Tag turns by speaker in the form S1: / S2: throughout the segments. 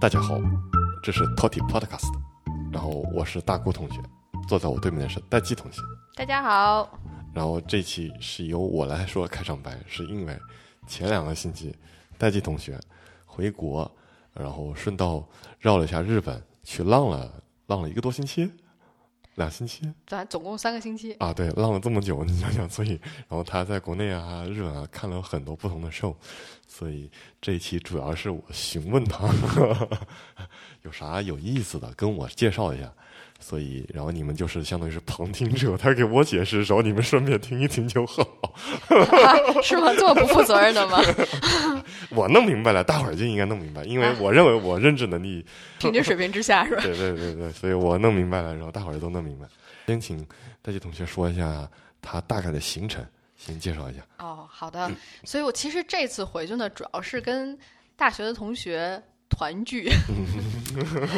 S1: 大家好，这是 Toti Podcast，然后我是大顾同学，坐在我对面的是戴季同学。
S2: 大家好，
S1: 然后这期是由我来说开场白，是因为前两个星期戴季同学回国，然后顺道绕了一下日本，去浪了浪了一个多星期，两星期
S2: 咱总共三个星 期，
S1: 啊，对，浪了这么久，你想想，所以然后他在国内啊、日本啊看了很多不同的 show，所以这一期主要是我询问他 有啥有意思的，跟我介绍一下。所以，然后你们就是相当于是旁听者，他给我解释的时候，你们顺便听一听就好。
S2: 是吗？这么不负责任的 吗？
S1: 我弄明白了，大伙儿就应该弄明白，因为我认为我认知能力，
S2: 平均水平之下是吧？
S1: 对对对对，所以我弄明白了，然后大伙儿都弄明白。先请戴季同学说一下他大概的行程，先介绍一下。
S2: 哦，好的。所以我其实这次回去呢，主要是跟大学的同学团 聚，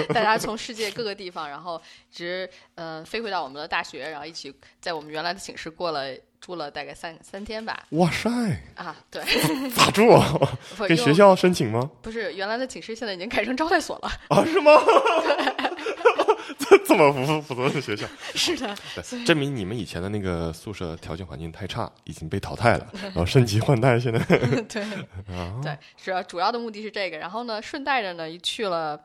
S2: 大家从世界各个地方，然后直嗯、呃飞回到我们的大学，然后一起在我们原来的寝室过了住了大概三三天吧。
S1: 哇塞！
S2: 啊， 对，
S1: 咋住啊？
S2: 不
S1: 给
S2: 用
S1: 学校申请吗？
S2: 不是原来的寝室，现在已经改成招待所了。
S1: 啊，是吗？ 这这么不负负责任的学校，
S2: 是的，
S1: 对证明你们以前的那个宿舍条件环境太差，已经被淘汰了，然后升级换代，现 在
S2: 对。
S1: 啊，
S2: 对，主要主要的目的是这个。然后呢，顺带着呢，去了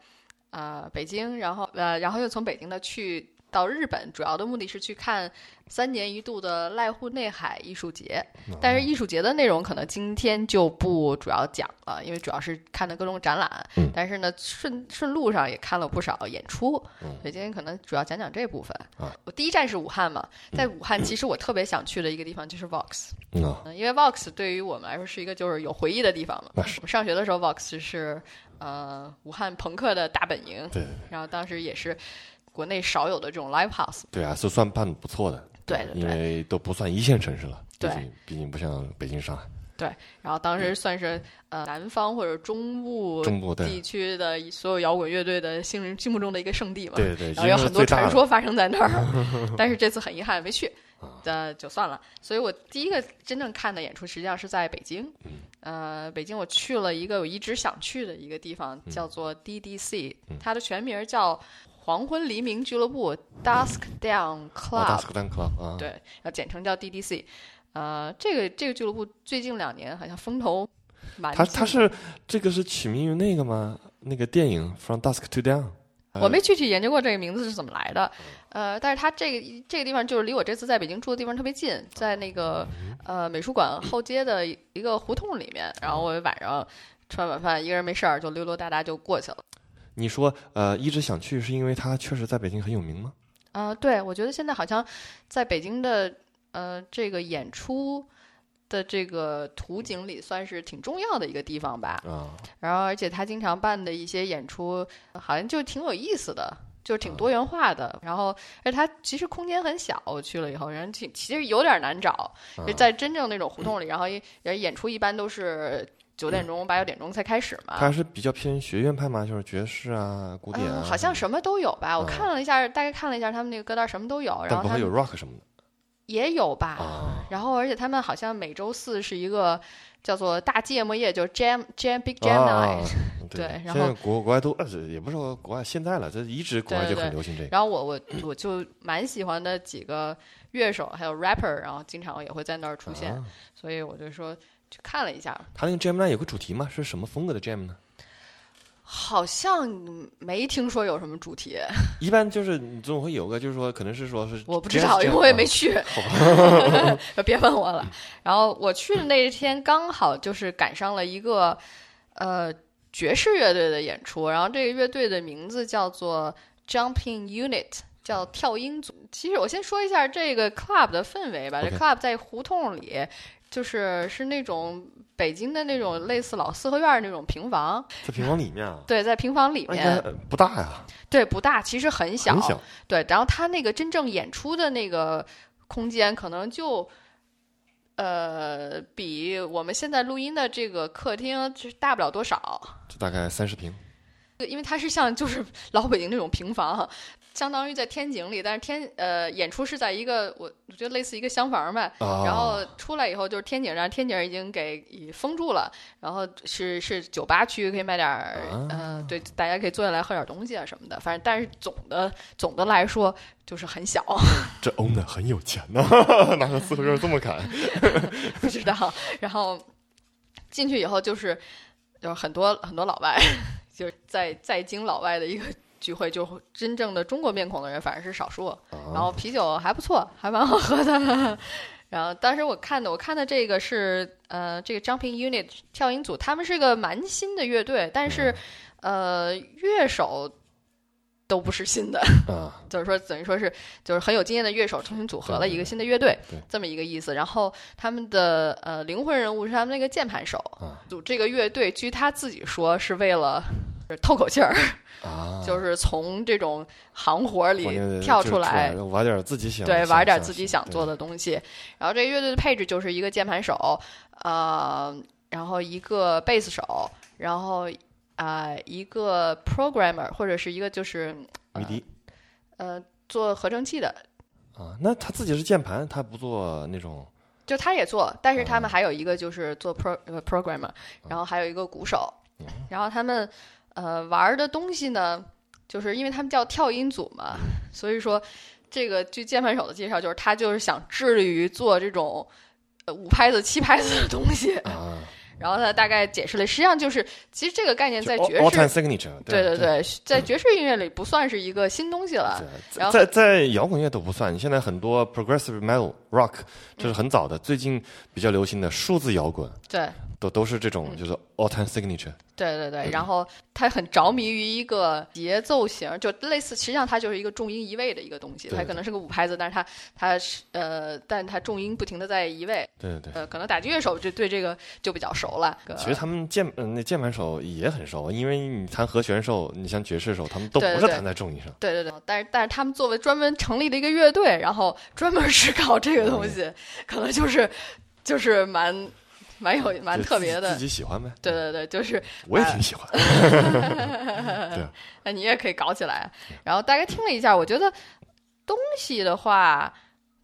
S2: 呃北京，然后呃，然后又从北京呢去到日本，主要的目的是去看三年一度的濑户内海艺术节。
S1: 哦
S2: 但是艺术节的内容可能今天就不主要讲了，因为主要是看的各种展览。
S1: 嗯
S2: 但是呢，顺顺路上也看了不少演出，
S1: 嗯
S2: 所以今天可能主要讲讲这部分。
S1: 啊
S2: 我第一站是武汉嘛，在武汉其实我特别想去的一个地方就是 Vox。
S1: 嗯啊，
S2: 嗯，因为 Vox 对于我们来说是一个就是有回忆的地方嘛。
S1: 那是
S2: 我们上学的时候，Vox 是呃武汉朋克的大本营，
S1: 对
S2: 然后当时也是国内少有的这种 live house。
S1: 对啊，是算办的不错的，
S2: 对对对
S1: 因为都不算一线城市了，
S2: 对
S1: 毕竟毕竟不像北京、上海、
S2: 然后当时算是呃南方或者中部
S1: 嗯中部，
S2: 地
S1: 对
S2: 区的一所有摇滚乐队的心灵心目中的一个圣地嘛。
S1: 对对，
S2: 然后有
S1: 已经是
S2: 很多
S1: 最大
S2: 传
S1: 的
S2: 说发生在 那儿，但是这次很遗憾没去
S1: 啊，
S2: 呃，就算了。所以我第一个真正看的演出实际上是在北京，
S1: 嗯
S2: 呃，北京我去了一个我一直想去的一个地方，
S1: 嗯
S2: 叫做 DDC，它的全名叫黄昏黎明俱乐部 Dusk Down
S1: 啊，大
S2: Club，
S1: 斯克丹 club 啊，
S2: 对，要简称叫 DDC。呃，这个这个俱乐部最近两年好像风头蛮
S1: 他
S2: 劲
S1: 他是这个是取名于那个吗？那个电影《From Dusk to Dawn》，
S2: 我没具体研究过这个名字是怎么来的，呃，但是它这个这个地方就是离我这次在北京住的地方特别近，在那个呃美术馆后街的一一个胡同里面，然后我晚上吃完晚饭一个人没事儿就溜溜达达就过去了。
S1: 你说呃一直想去是因为他确实在北京很有名吗？
S2: 啊、对，我觉得现在好像在北京的呃这个演出的这个图景里算是挺重要的一个地方吧，
S1: 啊，
S2: 然后而且他经常办的一些演出，好像就挺有意思的，就
S1: 嗯
S2: 挺多元化的。然后，而且它其实空间很小，我去了以后，人挺其实有点难找，
S1: 嗯
S2: 就在真正那种胡同里，然后一人演出一般都是
S1: 嗯
S2: 九点钟、八九点钟才开始嘛。
S1: 他是比较偏学院派嘛，就是爵士啊、古典啊，
S2: 嗯，好像什么都有吧。我
S1: 嗯
S2: 看了一下，大概看了一下他们那个歌单，什么都有。然
S1: 但
S2: 后
S1: 不
S2: 他
S1: 会有
S2: 们
S1: rock 什么的
S2: 也有吧。
S1: 啊。
S2: 然后，而且他们好像每周四是一个叫做大芥末夜，就是 Jam Jam Big Jam
S1: 啊
S2: Night，，对
S1: 现
S2: 然
S1: 在
S2: 后
S1: 国国外都，呃，也不是说国外，现在了，这一直国外
S2: 对
S1: 就
S2: 对
S1: 很
S2: 对
S1: 流行这个。
S2: 然后我我我就蛮喜欢的几个乐手，还有 rapper，然后经常也会在那儿出现，
S1: 啊
S2: 所以我就说去看了一下，
S1: 他那个 jam 呢有个主题嘛，是什么风格的 jam 呢？
S2: 好像没听说有什么主题，
S1: 一般就是你总会有个，就是说可能是说是
S2: 我不知
S1: jazz
S2: 道，因
S1: jam
S2: 为我也
S1: 啊
S2: 没去，
S1: 好吧
S2: 别问我了。然后我去的那一天刚好就是赶上了一个呃爵士乐队的演出，然后这个乐队的名字叫做 Jumping Unit。叫跳音组。其实我先说一下这个 club 的氛围吧。
S1: OK
S2: 这 club 在胡同里，就是是那种北京的那种类似老四合院儿那种平房，
S1: 在平房里面啊，
S2: 对，在平房里
S1: 那应该
S2: 面，
S1: 呃不大呀，
S2: 对，不大，其实很小，
S1: 很小
S2: 对。然后他那个真正演出的那个空间，可能就。呃，比我们现在录音的这个客厅大不了多少，
S1: 就大概三十平。
S2: 对，因为它是像就是 老北京那种平房，相当于在天井里，但是天呃演出是在一个我我觉得类似一个厢房吧，
S1: 啊，
S2: 然后出来以后就是天井，然后天井已经给已封住了，然后是是酒吧区可以买点儿，
S1: 啊
S2: 嗯、对，大家可以坐下来喝点东西啊什么的，反正但是总的总的来说就是很小，
S1: 这欧娜很有钱呐、 拿着四合院这么啊砍，
S2: 不知道。 然后进去以后就是就是很多很多老外， 就是在在京老外的一个聚会，就会真正的中国面孔的人反而是少数。然
S1: 啊
S2: 后啤酒还不错，还蛮好喝的。 然后当时我看的，我看的这个是呃，这个 Jumping Unit 跳音组，他们是个蛮新的乐队，但是、
S1: 嗯
S2: 呃，乐手都不是新的，
S1: 啊，
S2: 就是说等于说是就是很有经验的乐手重新组合
S1: 对
S2: 了
S1: 对
S2: 一个
S1: 对
S2: 新的乐队
S1: 对，
S2: 这么一个意思。然后他们的呃灵魂人物是他们那个键盘手
S1: 啊，
S2: 组这个乐队，据他自己说是为了
S1: 嗯
S2: 就是透口气儿，
S1: 啊
S2: 就是从这种行活
S1: 我那
S2: 里
S1: 个
S2: 跳
S1: 就
S2: 出
S1: 是
S2: 来，
S1: 玩点自己想，
S2: 对，玩点
S1: 想
S2: 自己想做，的东西。然后这个乐队的配置就是一个键盘手，呃，然后一个贝斯手，然后啊、呃一个 programmer 或者是一个就是
S1: 对
S2: 嗯
S1: 迷笛
S2: 呃做合成器的，
S1: 啊，那他自己是键盘，他不做那种
S2: 就他也做，但是他们
S1: 嗯
S2: 还有一个就是做 pro 呃 programmer，然
S1: 哦
S2: 后还有一个鼓手，然后他们呃玩的东西呢，就是因为他们叫跳音组嘛，
S1: 嗯
S2: 所以说这个据键盘手的介绍，就是他就是想致力于做这种呃五拍子、七拍子的东 西，
S1: 啊，
S2: 然后他大概解释了，实际上就是其实这个概念
S1: 就
S2: 在
S1: all-
S2: 爵
S1: all time 嗯
S2: 士，
S1: signature，
S2: 对
S1: 对
S2: 对，对，在爵士音乐里不算是一个新东西了，然
S1: 在
S2: 后
S1: 在在摇滚乐都不算，你现在很多 progressive metal rock，这是很早的，最近比较流行的数字摇滚，
S2: 对。
S1: 都都是这
S2: 嗯
S1: 种，就是 all time signature
S2: 对对
S1: 嗯
S2: 对，然后他很着迷于一个节奏型，就类似，实际上它就是一个重音移位的一个东西，
S1: 对
S2: 它可能是个五拍子，但是它它是呃，但它重音不停的在移位，
S1: 对。对对
S2: 呃，可能打击乐手就对这个就比较熟了。
S1: 其实他们键嗯那键盘手也很熟，啊因为你弹和弦手，你像爵士手，他们都不
S2: 对对
S1: 是
S2: 对
S1: 弹在重音上。
S2: 对对对，但是但是他们作为专门成立了一个乐队，然后专门是搞这个东西，可能就是就是蛮蛮有蛮
S1: 就
S2: 特
S1: 自
S2: 别
S1: 己
S2: 的
S1: 自。己喜欢呗。
S2: 对，对对，就是
S1: 我也挺喜欢。
S2: 那你也可以搞起来。然后大概听了一下，我觉得东西的话，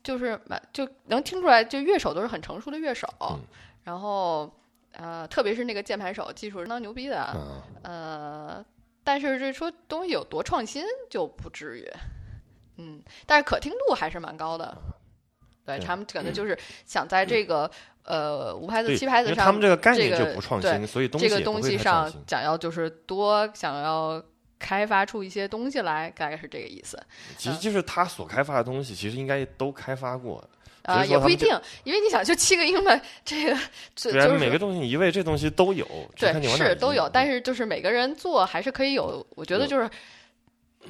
S2: 就是蛮就能听出来，就乐手都是很成熟的乐手，
S1: 嗯
S2: 然后呃，特别是那个键盘手技术是相当牛逼的，
S1: 嗯，
S2: 呃，但是这说东西有多创新就不至于，嗯，但是可听度还是蛮高的。对
S1: 嗯对嗯
S2: 他们可能就是想在这个、呃五拍子
S1: 对，
S2: 七拍
S1: 因
S2: 子
S1: 为
S2: 上，
S1: 他们这个概念
S2: 这
S1: 就
S2: 个
S1: 不创
S2: 对
S1: 新，所以东西
S2: 这个
S1: 也不
S2: 东
S1: 会
S2: 西
S1: 太
S2: 上
S1: 创新。
S2: 想要就是多想要开发出一些东西来，大概是这个意思
S1: 其实就是他所开发的东西，其实应该都开发过。
S2: 啊、
S1: 只是说
S2: 也
S1: 他
S2: 不一
S1: 们就
S2: 定，因为你想就七个英文，这个这
S1: 虽
S2: 就
S1: 然
S2: 是
S1: 每个东西一位，这东西都有，只看
S2: 对
S1: 你往哪儿
S2: 是都
S1: 移
S2: 有，但
S1: 对
S2: 是就是每个人做还是可以有，我觉得
S1: 有
S2: 就是。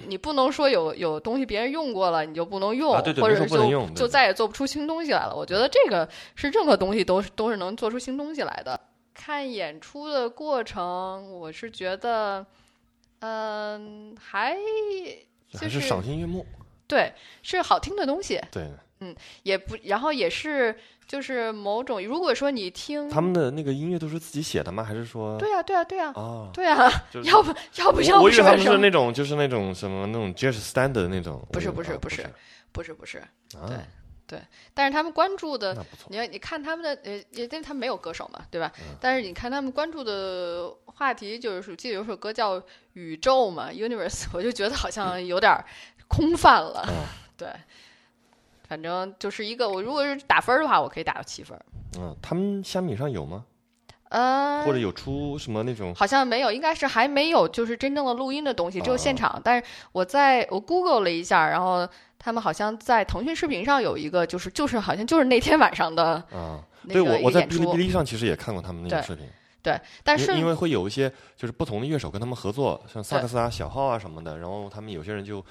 S2: 你不能说有有东西别人用过了，你就不能用，
S1: 啊对对
S2: 或
S1: 没
S2: 者
S1: 说
S2: 就
S1: 不能用对对
S2: 就再也做不出新东西来了。我觉得这个是任何东西都是都是能做出新东西来的。看演出的过程，我是觉得，嗯、还
S1: 还
S2: 就是是
S1: 赏心悦目。
S2: 对，是好听的东西，
S1: 对
S2: 也不，然后也是就是某种，如果说你听，
S1: 他们的那个音乐都是自己写的吗？还是说
S2: 嗯对啊，对啊，对啊，
S1: 啊？
S2: 对啊，
S1: 就是
S2: 要不要不要
S1: 我
S2: 不
S1: 以为他
S2: 说
S1: 们是
S2: 什么？
S1: 那种，就是那种什么那种 jazz stand 的那种。
S2: 不是
S1: 我以为
S2: 不是
S1: 啊
S2: 不
S1: 不
S2: 是不是不是，对
S1: 啊，
S2: 但是他们关注的
S1: 那，不错
S2: 你要你看他们的，呃，也因为他们没有歌手嘛，对吧？
S1: 嗯
S2: 但是你看他们关注的话题，就是我记得有首歌叫《宇宙》嘛，《Universe》，我就觉得好像有点儿空泛了，
S1: 嗯
S2: 对。反正就是一个，我如果是打分儿的话，我可以打到七分儿。
S1: 嗯，他们虾米上有吗？
S2: 呃，
S1: 或者有出什么那种
S2: 好像没有，应该是还没有，就是真正的录音的东西，
S1: 哦
S2: 只有现场。但是我在我 Google 了一下，然后他们好像在腾讯视频上有一个，就是就是好像就是那天晚上的
S1: 啊？
S2: 那
S1: 对
S2: 个
S1: 我我在
S2: 演
S1: 哔哩哔
S2: 出。
S1: 哩上其实也看过他们那种
S2: 对
S1: 视频，
S2: 但
S1: 因为因
S2: 是
S1: 为会有一些就是不同的乐手跟他们合作，像萨克斯啊、小号啊什么的，然后他们有些人就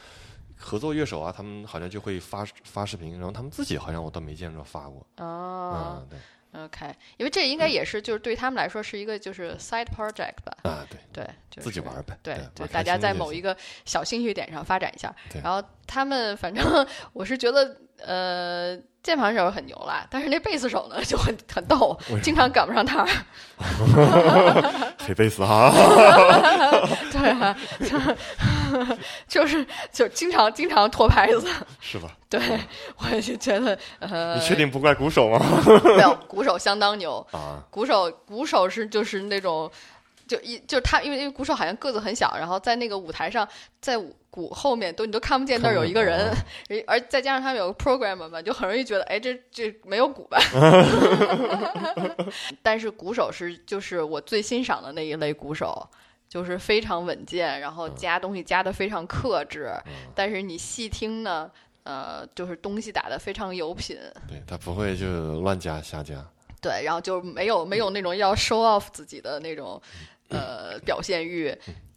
S1: 合作乐手啊，他们好像就会发发视频，然后他们自己好像我倒没见着发过
S2: 哦
S1: 啊，对
S2: o k 因为这应该也是就是对他们来说是一个就是 side project 吧，
S1: 啊对，
S2: 对，就是、
S1: 自己玩儿呗，
S2: 对，
S1: 玩
S2: 就
S1: 儿
S2: 大
S1: 开
S2: 家
S1: 心
S2: 在
S1: 就
S2: 某
S1: 行
S2: 一个小兴趣点上发展一下
S1: 对。
S2: 然后他们反正我是觉得，呃，键盘手很牛啦，但是那贝斯手呢就很很逗，经常赶不上趟儿。
S1: 黑贝斯哈，
S2: 对啊，就是就经常经常拖拍子。
S1: 是吧？
S2: 对，我就觉得呃，
S1: 你确定不怪鼓手 吗？
S2: 没有鼓手相当牛，
S1: 啊，
S2: 鼓手鼓手是就是那种，就一就是他，因为因为鼓手好像个子很小，然后在那个舞台上，在舞鼓后面都你都看不见那儿有一个人，而再加上他们有个 program 嘛，就很容易觉得哎这这没有鼓吧。 但是鼓手是就是我最欣赏的那一类鼓手。就是非常稳健，然后
S1: 嗯
S2: 加东西加的非常克制，
S1: 嗯
S2: 但是你细听呢，呃，就是东西打的非常有品，
S1: 对他不会就乱加瞎加，
S2: 对，然后就没有没有那种要 show off 自己的那种呃表现欲，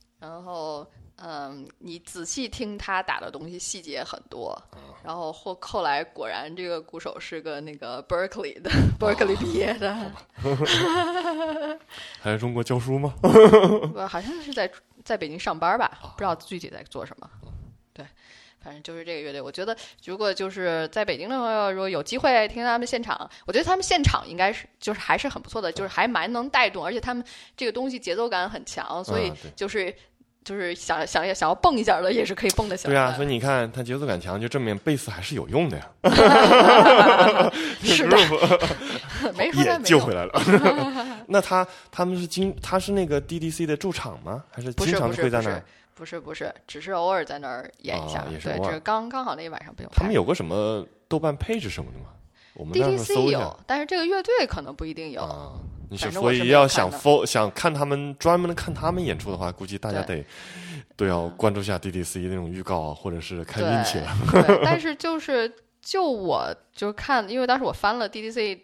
S2: 然后嗯，你仔细听他打的东西细节很多，然后后后来果然这个鼓手是个那个 Berkeley 的 Berkeley 毕业的，
S1: 还在中国教书吗？
S2: 我好像是在在北京上班吧
S1: 啊，嗯
S2: 不知道具体在做什么。对，反正就是这个乐队，我觉得如果就是在北京的朋友，如果有机会听他们现场，我觉得他们现场应该是就是还是很不错的，就是还蛮能带动，而且他们这个东西节奏感很强，所以
S1: 嗯对
S2: 就是。就是想想要想要蹦一下的也是可以蹦得起来
S1: 对
S2: 的，
S1: 啊，所以你看他节奏感强，就证明贝斯还是有用 的呀，
S2: 是的，没说他
S1: 也
S2: 没
S1: 救
S2: 用
S1: 回来了。 那他他们是经他是那个 DDC 的驻场吗？还是
S2: 不
S1: 经
S2: 是
S1: 常
S2: 不是
S1: 会在
S2: 不
S1: 那
S2: 是
S1: 儿？
S2: 不是不是，只是偶尔在那儿演一下，
S1: 啊也是
S2: 对，
S1: 偶尔
S2: 只是刚刚好那一晚上不用拍。
S1: 他们有个什么豆瓣配置什么的吗？我们待会儿
S2: DTC
S1: 搜一下
S2: 有，但是这个乐队可能不一定有。
S1: 啊。你
S2: 反
S1: 是
S2: 正
S1: 所
S2: 我是
S1: 以
S2: 没
S1: 要
S2: 有
S1: 想
S2: 看的
S1: follow 想看他们专门的看他们演出的话，估计大家得都要关注一下 DDC 那种预告啊，或者是看运气了。
S2: 嗯对，对但是就是就我就是看，因为当时我翻了 DDC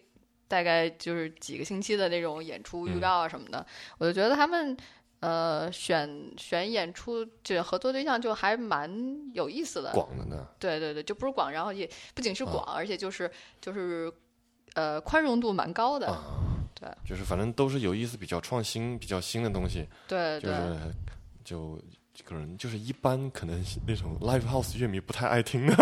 S2: 大概就是几个星期的那种演出预
S1: 嗯
S2: 告啊什么的，我就觉得他们呃选选演出这合作对象就还蛮有意思的。
S1: 广的呢，
S2: 对对对，就不是广，然后也不仅是
S1: 啊
S2: 广，而且就是就是呃宽容度蛮高的。
S1: 啊
S2: 对，
S1: 就是反正都是有意思、比较创新、比较新的东西。
S2: 对
S1: 就
S2: 对。
S1: 是就可能就是一般可能那种 live house 乐迷不太爱听的，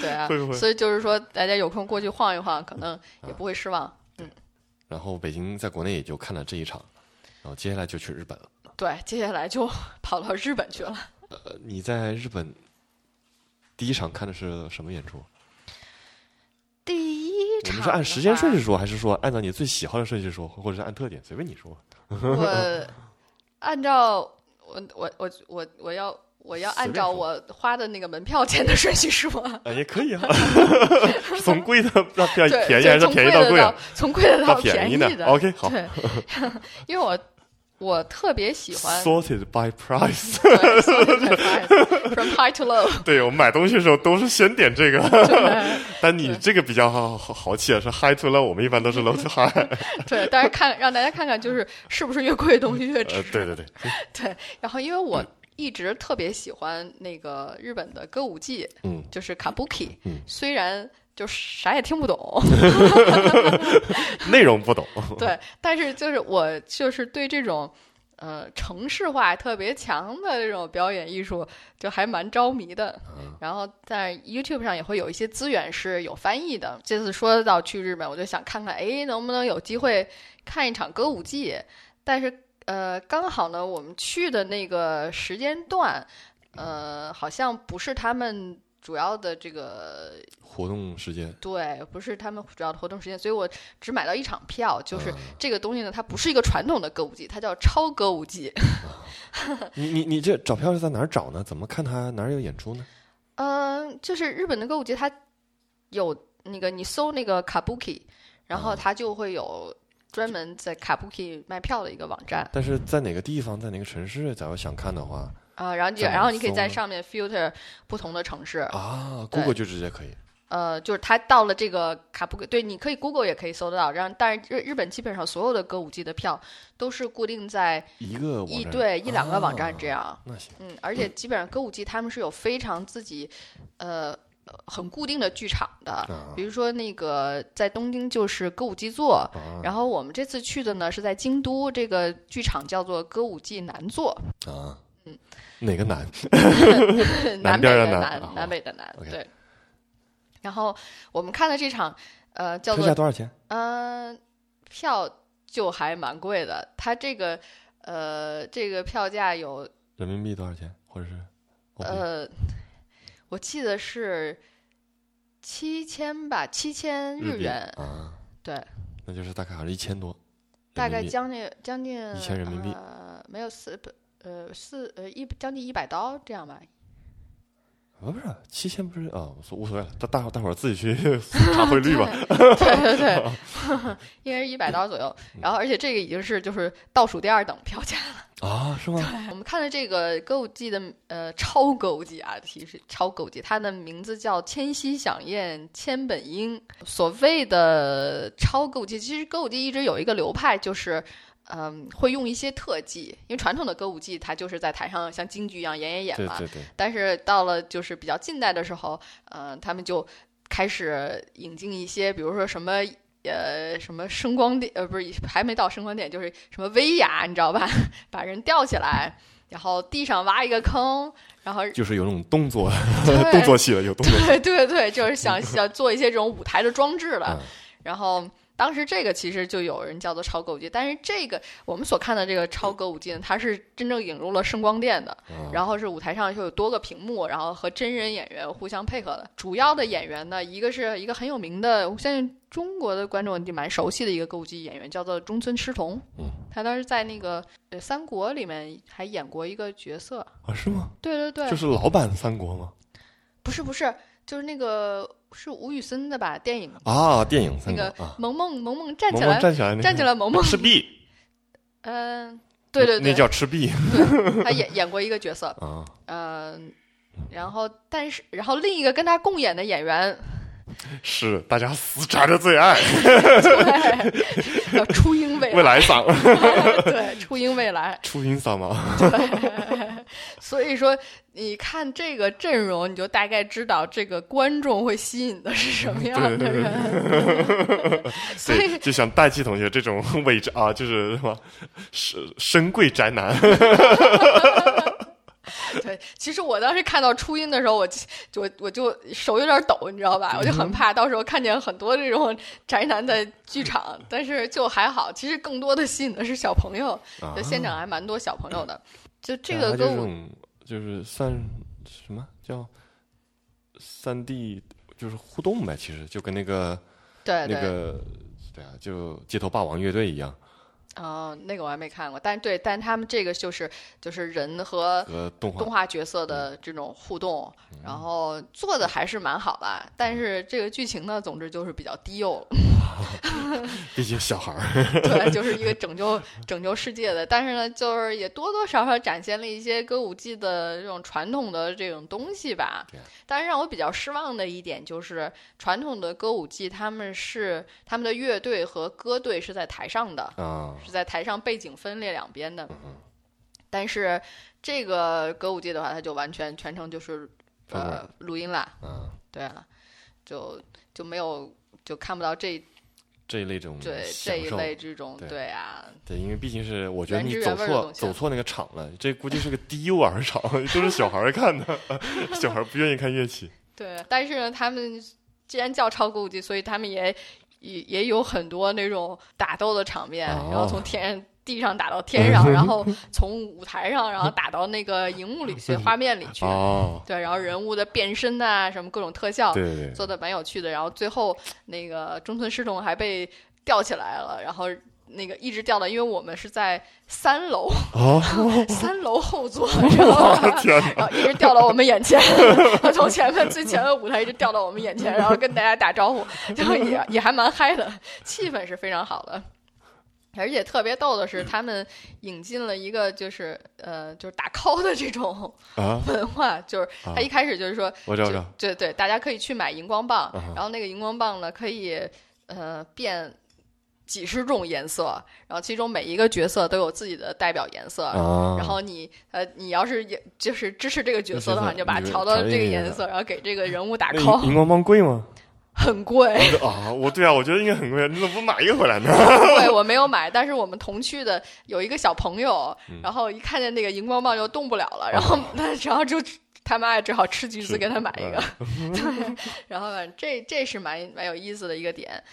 S2: 对啊，
S1: 会不嗯会
S2: 所以就是说，大家有空过去晃一晃，可能也不会失望。
S1: 然后北京在国内也就看了这一场，然后接下来就去日本了。
S2: 对，接下来就跑到日本去了。
S1: 呃，你在日本第一场看的是什么演出？
S2: 第一
S1: 我
S2: 场
S1: 们是按时间顺序说，还是说按照你最喜欢的顺序说，或者是按特点？随便你说。
S2: 的话，我按照我我我我我要我要
S1: 随便
S2: 按照
S1: 说
S2: 我花的那个门票钱的顺序说，
S1: 啊，也可以 啊， 从贵的到便
S2: 对，
S1: 便宜
S2: 就
S1: 还是
S2: 从
S1: 便
S2: 贵
S1: 宜到
S2: 的
S1: 贵
S2: 到
S1: 啊？
S2: 从贵的
S1: 到
S2: 便
S1: 便宜
S2: 的，
S1: 的，OK，好
S2: 对，因为我我特别喜欢
S1: ，sorted by price。
S2: 对 from high to low，
S1: 对我买东西的时候都是先点这个，
S2: 对
S1: 但你这个比较好好豪气啊，是 high to low，我们一般都是 low to high。
S2: 对，但是看让大家看看，就是是不是越贵的东西越值
S1: 呃，，对嗯对对，
S2: 对，然后因为我一直特别喜欢那个日本的歌舞伎，
S1: 嗯，
S2: 就是 Kabuki，
S1: 嗯
S2: 虽然就啥也听不懂，
S1: 内容不懂，
S2: 对，但是就是我就是对这种。呃，城市化特别强的这种表演艺术，就还蛮着迷的。然后在 YouTube 上也会有一些资源是有翻译的。这次说到去日本，我就想看看，哎，能不能有机会看一场歌舞伎？但是呃，刚好呢，我们去的那个时间段，呃，好像不是他们主要的这个
S1: 活动时间
S2: 对，不是他们主要的活动时间，所以我只买到一场票。就是
S1: 啊
S2: 这个东西呢，它不是一个传统的歌舞伎，它叫超歌舞伎。
S1: 你你你这找票是在哪儿找呢？怎么看他哪儿有演出呢？
S2: 嗯，就是日本的歌舞伎，它有那个你搜那个 Kabuki，然
S1: 嗯
S2: 后它就会有专门在 Kabuki 卖票的一个网站
S1: 但是在哪个地方，在哪个城市，假如想看的话
S2: 啊、然后你
S1: 怎么
S2: 然后你可以
S1: 搜
S2: 在
S1: 呢
S2: 上面 filter 不同的城市，
S1: 啊
S2: 对
S1: ，Google 就直接可以。
S2: 呃，就是它到了这个 Kabuki，对，你可以 Google 也可以搜得到。然后，但是日日本基本上所有的歌舞伎的票都是固定在
S1: 一个网
S2: 一
S1: 站
S2: 对一两个网站这
S1: 啊
S2: 样。
S1: 那行，
S2: 嗯，而且基本上歌舞伎他们是有非常自己，呃，呃很固定的剧场的。
S1: 啊
S2: 比如说那个在东京就是歌舞伎座，
S1: 啊
S2: 然后我们这次去的呢是在京都，这个剧场叫做歌舞伎南座。
S1: 啊，哪个难？南 边
S2: 南北
S1: 儿
S2: 的
S1: 的南
S2: 南
S1: 啊，
S2: 南北的南，
S1: OK
S2: 对。然后我们看的这场，呃，叫
S1: 票
S2: 做
S1: 价多少钱？
S2: 嗯，票就还蛮贵的，它这个呃，这个票价有
S1: 人民币多少钱？或者是欧币
S2: 呃，我记得是七千吧，七千
S1: 日
S2: 日
S1: 币
S2: 元，
S1: 啊？
S2: 对，
S1: 那就是大概好像一千多，
S2: 大
S1: 人民
S2: 概
S1: 币
S2: 将近将近
S1: 1000人民币
S2: 呃，没有四不呃四呃一将近一百刀 这样吧，
S1: 啊不是七千不是啊，无所无所谓了，大大伙大伙儿自己 去查汇率吧。
S2: 对对对， 应该是一百刀左右。
S1: 嗯
S2: 然后，而且这个已经是就是倒数第二等票价。
S1: 啊，是吗？
S2: 我们看的这个歌舞伎的呃超歌舞伎啊，其实超歌舞伎，它的名字叫千禧响宴千本樱。所谓的超歌舞伎，其实歌舞伎一直有一个流派，就是。嗯，会用一些特技，因为传统的歌舞伎它就是在台上像京剧一样演演演
S1: 对
S2: 嘛，
S1: 对对，
S2: 但是到了就是比较近代的时候，呃，他们就开始引进一些，比如说什么。呃，什么声光电？呃，不是，还没到声光电，就是什么威亚，你知道吧？ 把人吊起来，然后地上挖一个坑，然后
S1: 就是有那种动作
S2: 对
S1: 动作戏了，有动作戏。
S2: 对对对，就是想想做一些这种舞台的装置了。
S1: 嗯
S2: 然后当时这个其实就有人叫做超歌舞伎，但是这个我们所看的这个超歌舞伎呢，它是真正引入了声光电的，
S1: 啊
S2: 然后是舞台上就有多个屏幕，然后和真人演员互相配合的。主要的演员呢，一个是一个很有名的，我相信中国的观众就蛮熟悉的一个歌舞伎演员，叫做中村狮童。
S1: 嗯，
S2: 他当时在那个呃《三国》里面还演过一个角色。
S1: 啊，是吗？
S2: 对对对，
S1: 就是老版三国吗？
S2: 不是不是，就是那个是吴宇森的吧？电影
S1: 啊，电影三
S2: 那
S1: 国
S2: 个
S1: 啊，
S2: 萌萌萌萌站
S1: 萌
S2: 起
S1: 萌
S2: 来，
S1: 站起来那个，
S2: 站起来萌萌，
S1: 吃币，
S2: 嗯、对对
S1: 那
S2: 对，
S1: 叫吃币
S2: 他演演过一个角色，
S1: 啊。
S2: 嗯、然后但是然后另一个跟他共演的演员
S1: 是大家死缠着最爱，
S2: 对， 叫初音未
S1: 未
S2: 来，
S1: 来嗓，
S2: 对，初音未来。
S1: 初音嗓嘛，
S2: 所以说，你看这个阵容，你就大概知道这个观众会吸引的是什么样的人。 所
S1: 嗯对，
S2: 以，
S1: 就像戴季同学这种 伪宅啊，就是什么深深贵宅男，
S2: 对，其实我当时看到初音的时候，我就我我就手有点抖，你知道吧？我就
S1: 嗯
S2: 很怕到时候看见很多这种宅男在剧场，但是就还好。其实更多的吸引的是小朋友，
S1: 啊
S2: 就现场还蛮多小朋友的。就这
S1: 然后
S2: 个
S1: 就
S2: 歌
S1: 是这
S2: 舞，
S1: 种就是算什么叫三 D，就是互动呗，其实就跟那个
S2: 对
S1: 那
S2: 对。
S1: 个对啊，就街头霸王乐队一样，
S2: 哦，那个我还没看过，但对，但他们这个就是就是人和
S1: 和动画嗯
S2: 动画角色的这种互动，然后做的还是蛮好的，但是这个剧情呢，总之就是比较低幼了，
S1: 这些小孩儿，
S2: 对，就是一个拯救拯救世界的，但是呢，就是也多多少少展现了一些歌舞伎的这种传统的这种东西吧
S1: 对啊。
S2: 但是让我比较失望的一点就是，传统的歌舞伎他们是他们的乐队和歌队是在台上的，
S1: 啊，
S2: 是在台上背景分裂两边
S1: 嗯
S2: 的。但是这个歌舞伎的话，它就完全全程就是
S1: 放过来
S2: 呃录音啦，
S1: 啊，
S2: 对啊，就就没有就看不到这
S1: 这一类这种
S2: 这
S1: 嗯享
S2: 这一
S1: 受
S2: 类这种
S1: 对
S2: 对啊，
S1: 对，因为毕竟是我觉得
S2: 原
S1: 你
S2: 汁
S1: 走
S2: 原味儿的
S1: 错
S2: 东西啊
S1: 走
S2: 了
S1: 错那个场了，这估计是个低幼儿场， 都是小孩儿看的， 小孩儿不愿意看乐器。
S2: 对。但是呢，他们既然叫超歌舞伎，所以他们也也也有很多那种打斗的场面，
S1: 哦
S2: 然后从天地上打到天上，然后从舞台上，然后打到那个荧幕里去、画面里去。
S1: 哦，
S2: 对，然后人物的变身呐、什么各种特效，
S1: 对对对，
S2: 做的蛮有趣的。然后最后那个中村狮童还被吊起来了，然后那个一直吊到，因为我们是在三楼，
S1: 哦，
S2: 三楼后座，然后
S1: 天哪，
S2: 然后一直吊到我们眼前，从前面最前面舞台一直吊到我们眼前，然后跟大家打招呼，然后也也还蛮嗨的，气氛是非常好的。而且特别逗的是，他们引进了一个就是呃，就是打 call 的这种
S1: 啊，
S2: 文化，就是他一开始就是说
S1: 我找
S2: 就
S1: 找，
S2: 对对，大家可以去买荧光棒，
S1: 啊哈
S2: 然后那个荧光棒呢可以呃变几十种颜色，然后其中每一个角色都有自己的代表颜色。
S1: 啊，
S2: 呃然后你呃，你要是也就是支持这个角色的
S1: 这角色
S2: 话，你就把它
S1: 你就
S2: 调到
S1: 调
S2: 这
S1: 这个
S2: 个
S1: 颜
S2: 颜
S1: 色
S2: 色，然后给这个人物打
S1: 那
S2: call
S1: 荧。荧光棒贵吗？
S2: 很贵。
S1: 啊，我对啊，我觉得应该很贵，你怎么不买一个回来呢？
S2: 对，我没有买，但是我们同去的有一个小朋友，
S1: 嗯
S2: 然后一看见那个荧光棒就动不了了，然
S1: 哦
S2: 后然后就他妈也只好吃橘子
S1: 是
S2: 给他买一个，
S1: 嗯
S2: 对，然后反正这这是蛮蛮有意思的一个点。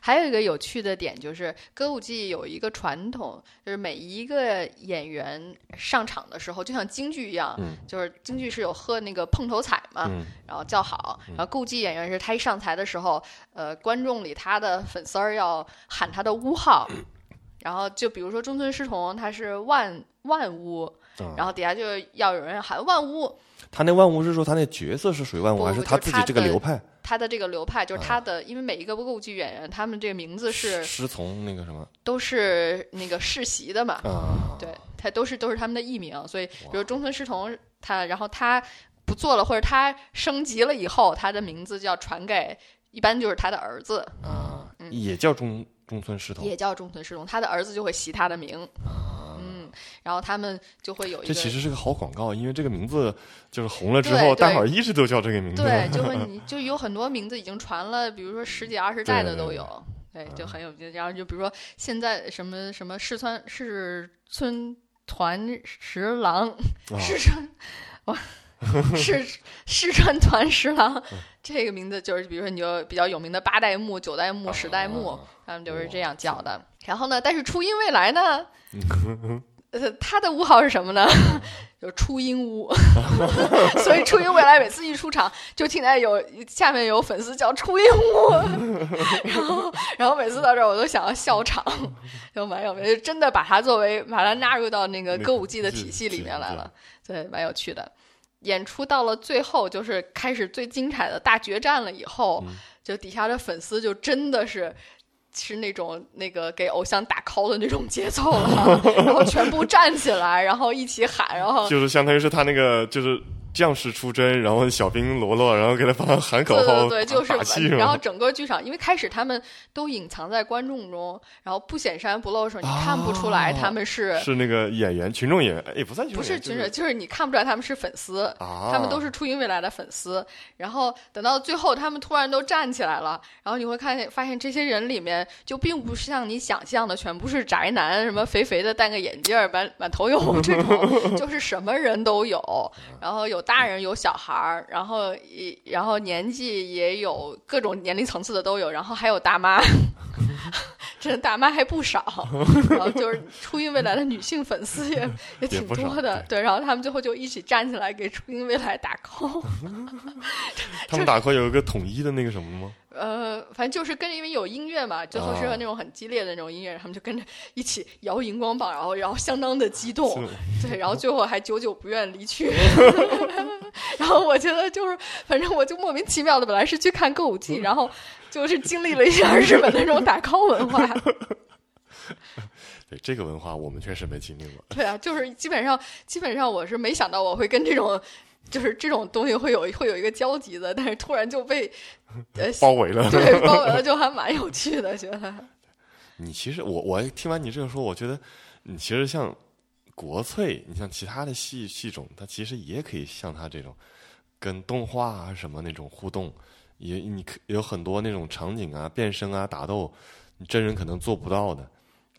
S2: 还有一个有趣的点就是，歌舞伎有一个传统，就是每一个演员上场的时候，就像京剧一样，
S1: 嗯
S2: 就是京剧是有喝那个碰头彩嘛，
S1: 嗯
S2: 然后叫好。然后歌舞伎演员是他一上台的时候，呃，观众里他的粉丝儿要喊他的屋号，然后就比如说中村狮童他是万万屋，
S1: 啊
S2: 然后底下就要有人喊万屋，
S1: 他那万物是说他那角色是属于万物，
S2: 不
S1: 还是
S2: 就是
S1: 他自己
S2: 他
S1: 这个
S2: 的
S1: 流派？
S2: 他的这个流派就是他的，因为每一个歌舞剧演员他们这个名字是
S1: 师从那个什么
S2: 都是那个世袭的嘛，
S1: 啊？
S2: 对，他都是都是他们的艺名，所以比如中村狮童他，然后他不做了，或者他升级了以后，他的名字就要传给，一般就是他的儿子，
S1: 啊，
S2: 嗯
S1: 也叫中中村狮头
S2: 也，叫中村狮童，他的儿子就会袭他的名，
S1: 啊
S2: 嗯，然后他们就会有
S1: 哦
S2: 一
S1: 这
S2: 个
S1: 其实是个好广告，因为这个名字就是红了之
S2: 对
S1: 后，
S2: 对
S1: 大伙儿一直都叫这个名字。
S2: 对， 就会你就有很多名字已经传了，比如说十几二十代的
S1: 对对嗯
S2: 都
S1: 对
S2: 有，对，就很有名。然后就比如说现在什么什么世川世村团十郎，
S1: 啊
S2: 世川，哇，世 世川团十郎
S1: 嗯
S2: 这个名字就是，比如说你就比较有名的八代目、九代目、十代
S1: 哦
S2: 目，他们就是这样叫的。然后呢，但是初音未 来呢，呃，他的屋号是什么呢？ 有初音屋， 所以初音未来每次一出场，就听见有下面有粉丝叫初音屋，然后然后每次到这儿我都想要笑场，就蛮有趣，就真的把它作为把它纳入到那个
S1: 那
S2: 歌舞伎的
S1: 是
S2: 体系里
S1: 是
S2: 面来
S1: 对
S2: 了，对，蛮有趣的。演出到了最后，就是开始最精彩的大决战了以后，就底下的粉丝就真的是。是那种那个给偶像打 call 的那种节奏了，然后全部站起来，然后一起喊，然后
S1: 就是相当于是他那个就是将士出征，然后小兵罗罗，然后给他帮他喊口
S2: 对
S1: 号，
S2: 对对，
S1: 打
S2: 就是
S1: 打气是
S2: 然后
S1: 吧？
S2: 整个剧场，因为开始他们都隐藏在观众中，然后不显山不露水，你看不出来他们哦是、
S1: 是那个演员，群众演员，哎也不算群
S2: 不
S1: 众
S2: 是
S1: 演员，
S2: 军
S1: 就
S2: 人，就是哦你看不出来他们是粉丝。
S1: 啊，
S2: 他们都是初音未来的粉丝，然后等到最后，他们突然都站起来了，然后你会看见发现这些人里面就并不是像你想象的全部是宅男，什么肥肥的戴个眼镜儿、满满头油这种， 就是什么人都 有，然后有大人有小孩儿，然后也然后年纪也有各种年龄层次的都有，然后还有 大妈。这大妈还不少，然后就是初音未来的女性粉丝也也挺
S1: 不少
S2: 多的，对，然后他们最后就一起站起来给初音未来打 call，
S1: 他们打 call 有一个统一的那个什么吗？
S2: 呃，反正就是跟着，因为有音乐嘛，最后是
S1: 啊
S2: 那种很激烈的那种音乐，他们就跟着一起摇荧光棒，然后然后相当的激动，对，然后最后还久久不愿离 去。 然后我觉得就是，反正我就莫名其妙的，本来是去看歌舞伎，然后就是经历了一下日本的那种打 call 文化，
S1: 对这个文化我们确实没经历过。
S2: 对啊，就是基本上，基本上我是没想到我会跟这种，就是这种东西会有会有一个交集的，但是突然就被，呃，
S1: 包围了，
S2: 对包围了，就还蛮有趣的，觉得。
S1: 你其实我我听完你这个说，我觉得你其实像国粹，你像其他的戏戏种，它其实也可以像它这种跟动画啊什么那种互动，也你可有很多那种场景啊、变身啊、打斗，你真人可能做不到的，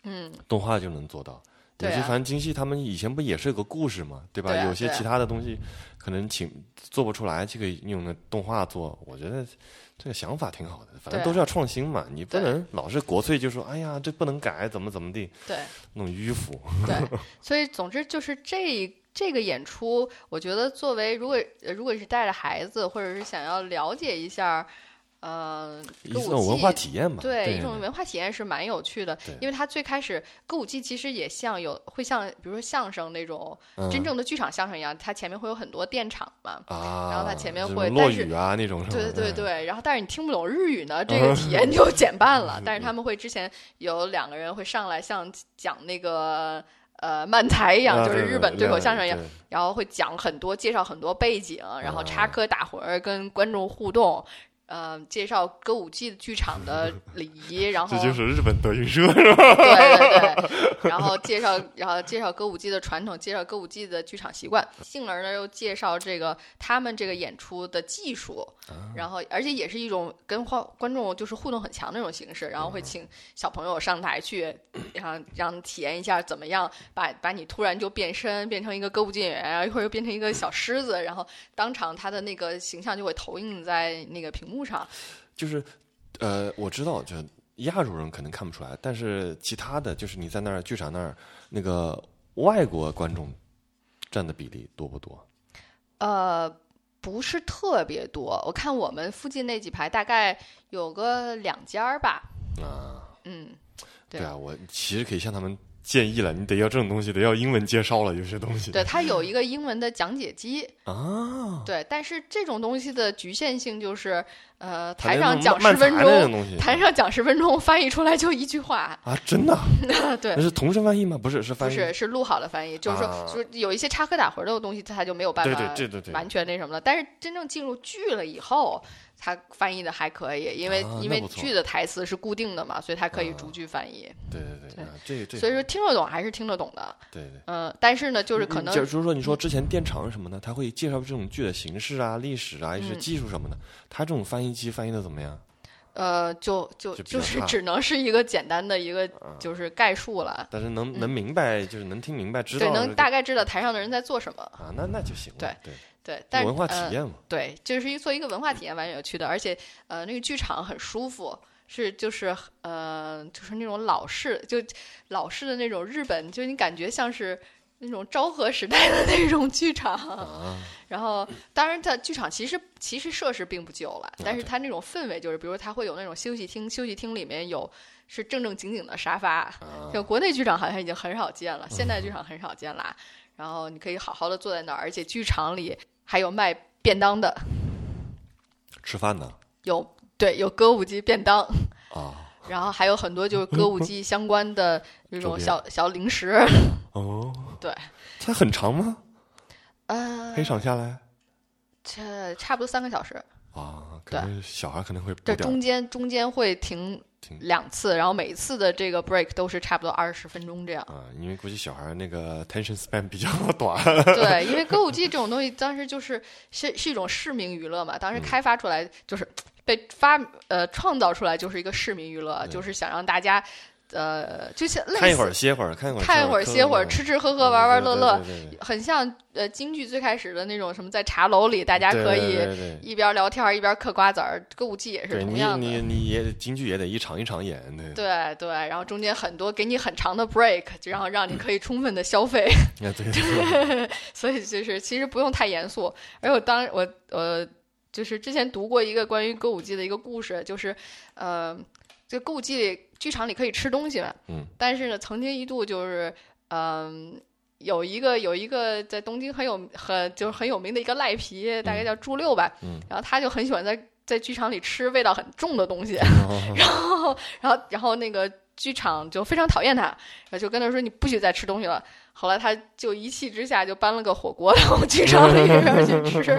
S2: 嗯，
S1: 动画就能做到。
S2: 对啊
S1: 尤其凡京戏他们以前不也是有个故事嘛，对吧？
S2: 对啊
S1: 有些
S2: 对啊
S1: 其他的东西可能请做不出来，就可以用那动画做。我觉得这个想法挺好的，反
S2: 对
S1: 正
S2: 啊
S1: 都是要创新嘛，你不
S2: 对
S1: 能老是国粹就说哎呀这不能改，怎么怎么地，
S2: 对
S1: 那种迂腐。
S2: 对，所以总之就是这这个演出，我觉得作为如果呃如果是带着孩子，或者是想要了解一下，呃，
S1: 一
S2: 歌舞
S1: 种文
S2: 伎
S1: 化体验吧，
S2: 对，
S1: 对
S2: 一种文化体验是蛮有趣的
S1: 对，
S2: 因为它最开始歌舞伎其实也像有会像比如说相声那种
S1: 嗯
S2: 真正的剧场相声一样，它前面会有很多电场嘛。
S1: 啊，
S2: 然后它前面
S1: 这
S2: 会
S1: 种
S2: 但
S1: 落
S2: 是
S1: 雨啊那种是吧，
S2: 对对
S1: 嗯，
S2: 对，然后但是你听不懂日语呢，这个体验就减半了。
S1: 嗯
S2: 但是他们会之前有两个人会上来像讲那个呃漫才一样，
S1: 啊
S2: 就
S1: 对
S2: 是日本对口相声一样，，
S1: 对啊
S2: 然后会讲很多，介绍很多背景，然后插科打诨儿跟观众互动，呃介绍歌舞伎剧场的礼 仪，然后
S1: 这就是日本德云社是吧？
S2: 对对对，然后介绍，然后介绍歌舞伎的传统，介绍歌舞伎的剧场习惯，进而呢又介绍这个他们这个演出的技术，然后而且也是一种跟观观众就是互动很强的一种形式，然后会请小朋友上台去，然后让体验一下怎么样把把你突然就变身变成一个歌舞伎演员，然后一会儿又变成一个小狮子，然后当场他的那个形象就会投影在那个屏幕上，
S1: 就是，呃，我知道，就亚洲人可能看不出来，但是其他的就是你在那儿剧场那儿那个外国观众占的比例多不多？
S2: 呃，不是特别多。我看我们附近那几排大概有个两家儿吧。
S1: 啊，
S2: 嗯，对
S1: 对啊，我其实可以向他们建议了，你得要这种东西，得要英文介绍了，有些东西。
S2: 对，它有一个英文的讲解机。
S1: 啊，
S2: 对，但是这种东西的局限性就是，呃，
S1: 他
S2: 台
S1: 连
S2: 上
S1: 那
S2: 讲
S1: 漫
S2: 十分
S1: 才那种
S2: 钟，
S1: 东西
S2: 台上讲十分钟，翻译出来就一句话。
S1: 啊，真的
S2: 对
S1: 那，是同声翻译吗？不是，是
S2: 不
S1: 翻译。
S2: 是是录好了翻译，就是说，
S1: 啊
S2: 就是有一些插科打诨的东西，它就没有办
S1: 对
S2: 法
S1: 对对对对，
S2: 完全那什么了。但是真正进入剧了以后，它翻译的还可以，因为、
S1: 啊
S2: 因
S1: 那
S2: 为
S1: 不错
S2: 剧的台词是固定的嘛，所以它可以
S1: 啊
S2: 逐句翻译。
S1: 对对对，
S2: 对
S1: 啊这个这个
S2: 所以说听得懂还是听得懂的，
S1: 对对。
S2: 嗯、但是呢，就是可
S1: 嗯
S2: 能
S1: 就，是说，你说之前电厂什么的，他会介绍这种剧的形式啊、历史啊、一些
S2: 嗯
S1: 技术什么的。他这种翻译机翻译的怎么样？
S2: 呃，就就
S1: 就比较
S2: 就是
S1: 差啊
S2: 只能是一个简单的一个就是概述了，
S1: 但是能
S2: 嗯
S1: 能明白，就是能听明白，知
S2: 对，
S1: 道嗯
S2: 能
S1: 这
S2: 大概知道台上的人在做什么，
S1: 啊，那那就行了。
S2: 对
S1: 对，
S2: 对，但
S1: 文化体、
S2: 呃
S1: 验嘛，
S2: 对，就是一做一个文化体验蛮有趣的，而且呃，那个剧场很舒服。是，就是，呃，就是那种老式，就老式的那种日本，就你感觉像是那种昭和时代的那种剧场，
S1: 啊，
S2: 然后，当然，它剧场其实其实设施并不旧了，但是
S1: 对
S2: 它那种氛围就是，比如它会有那种休息厅，休息厅里面有是正正经经的沙发，
S1: 啊
S2: 就国内剧场好像已经很少见了，现代剧场很少见啦。然后你可以好好的坐在那儿，而且剧场里还有卖便当的，
S1: 吃饭呢
S2: 有对有歌舞伎便当，
S1: 啊，
S2: 然后还有很多就是歌舞伎相关的那
S1: 周
S2: 种
S1: 边
S2: 小小零食，
S1: 哦，
S2: 对，
S1: 它很长吗？
S2: 呃
S1: 可以，场下来
S2: 这差不多三个小时。
S1: 啊，可
S2: 对
S1: 能小孩可能会不
S2: 这
S1: 点
S2: 中间中间会停
S1: 停。
S2: 两次，然后每一次的这个 break 都是差不多二十分钟这样
S1: 啊，因为估计小孩那个 attention span 比较短，
S2: 对，因为歌舞伎这种东西，当时就是是是一种市民娱乐嘛，当时
S1: 嗯
S2: 开发出来就是被发呃创造出来就是一个市民娱乐，
S1: 对
S2: 就是想让大家呃就像类 似
S1: 看一会儿歇会儿，看一会儿
S2: 看一会儿
S1: 磕
S2: 歇会儿，
S1: 磕
S2: 吃吃喝喝玩玩乐乐，，
S1: 对对对对对
S2: 很像呃京剧最开始的那种什么在茶楼里大家可
S1: 对对
S2: 以
S1: 对对
S2: 一边聊天儿一边嗑瓜子儿，歌舞伎也是
S1: 对
S2: 同
S1: 你
S2: 样的。
S1: 你你也京剧也得一场一场演的，
S2: 对对，然后中间很多给你很长的 break，就然后
S1: 嗯
S2: 让你可以充分的消费，
S1: 啊 对对，
S2: 所以就是其实不用太严肃。而且我当我呃，就是之前读过一个关于歌舞伎的一个故事，就是呃，这歌舞伎里剧场里可以吃东西嘛，
S1: 嗯，
S2: 但是呢，曾经一度就是嗯。有一个有一个在东京很有很就是很有名的一个赖皮，大概叫朱六吧，
S1: 嗯
S2: 然后他就很喜欢在在剧场里吃味道很重的东西，
S1: 哦
S2: 然后，然后，然后那个剧场就非常讨厌他，然后就跟他说你不许再吃东西了。后来他就一气之下就搬了个火锅到剧场里边去 吃，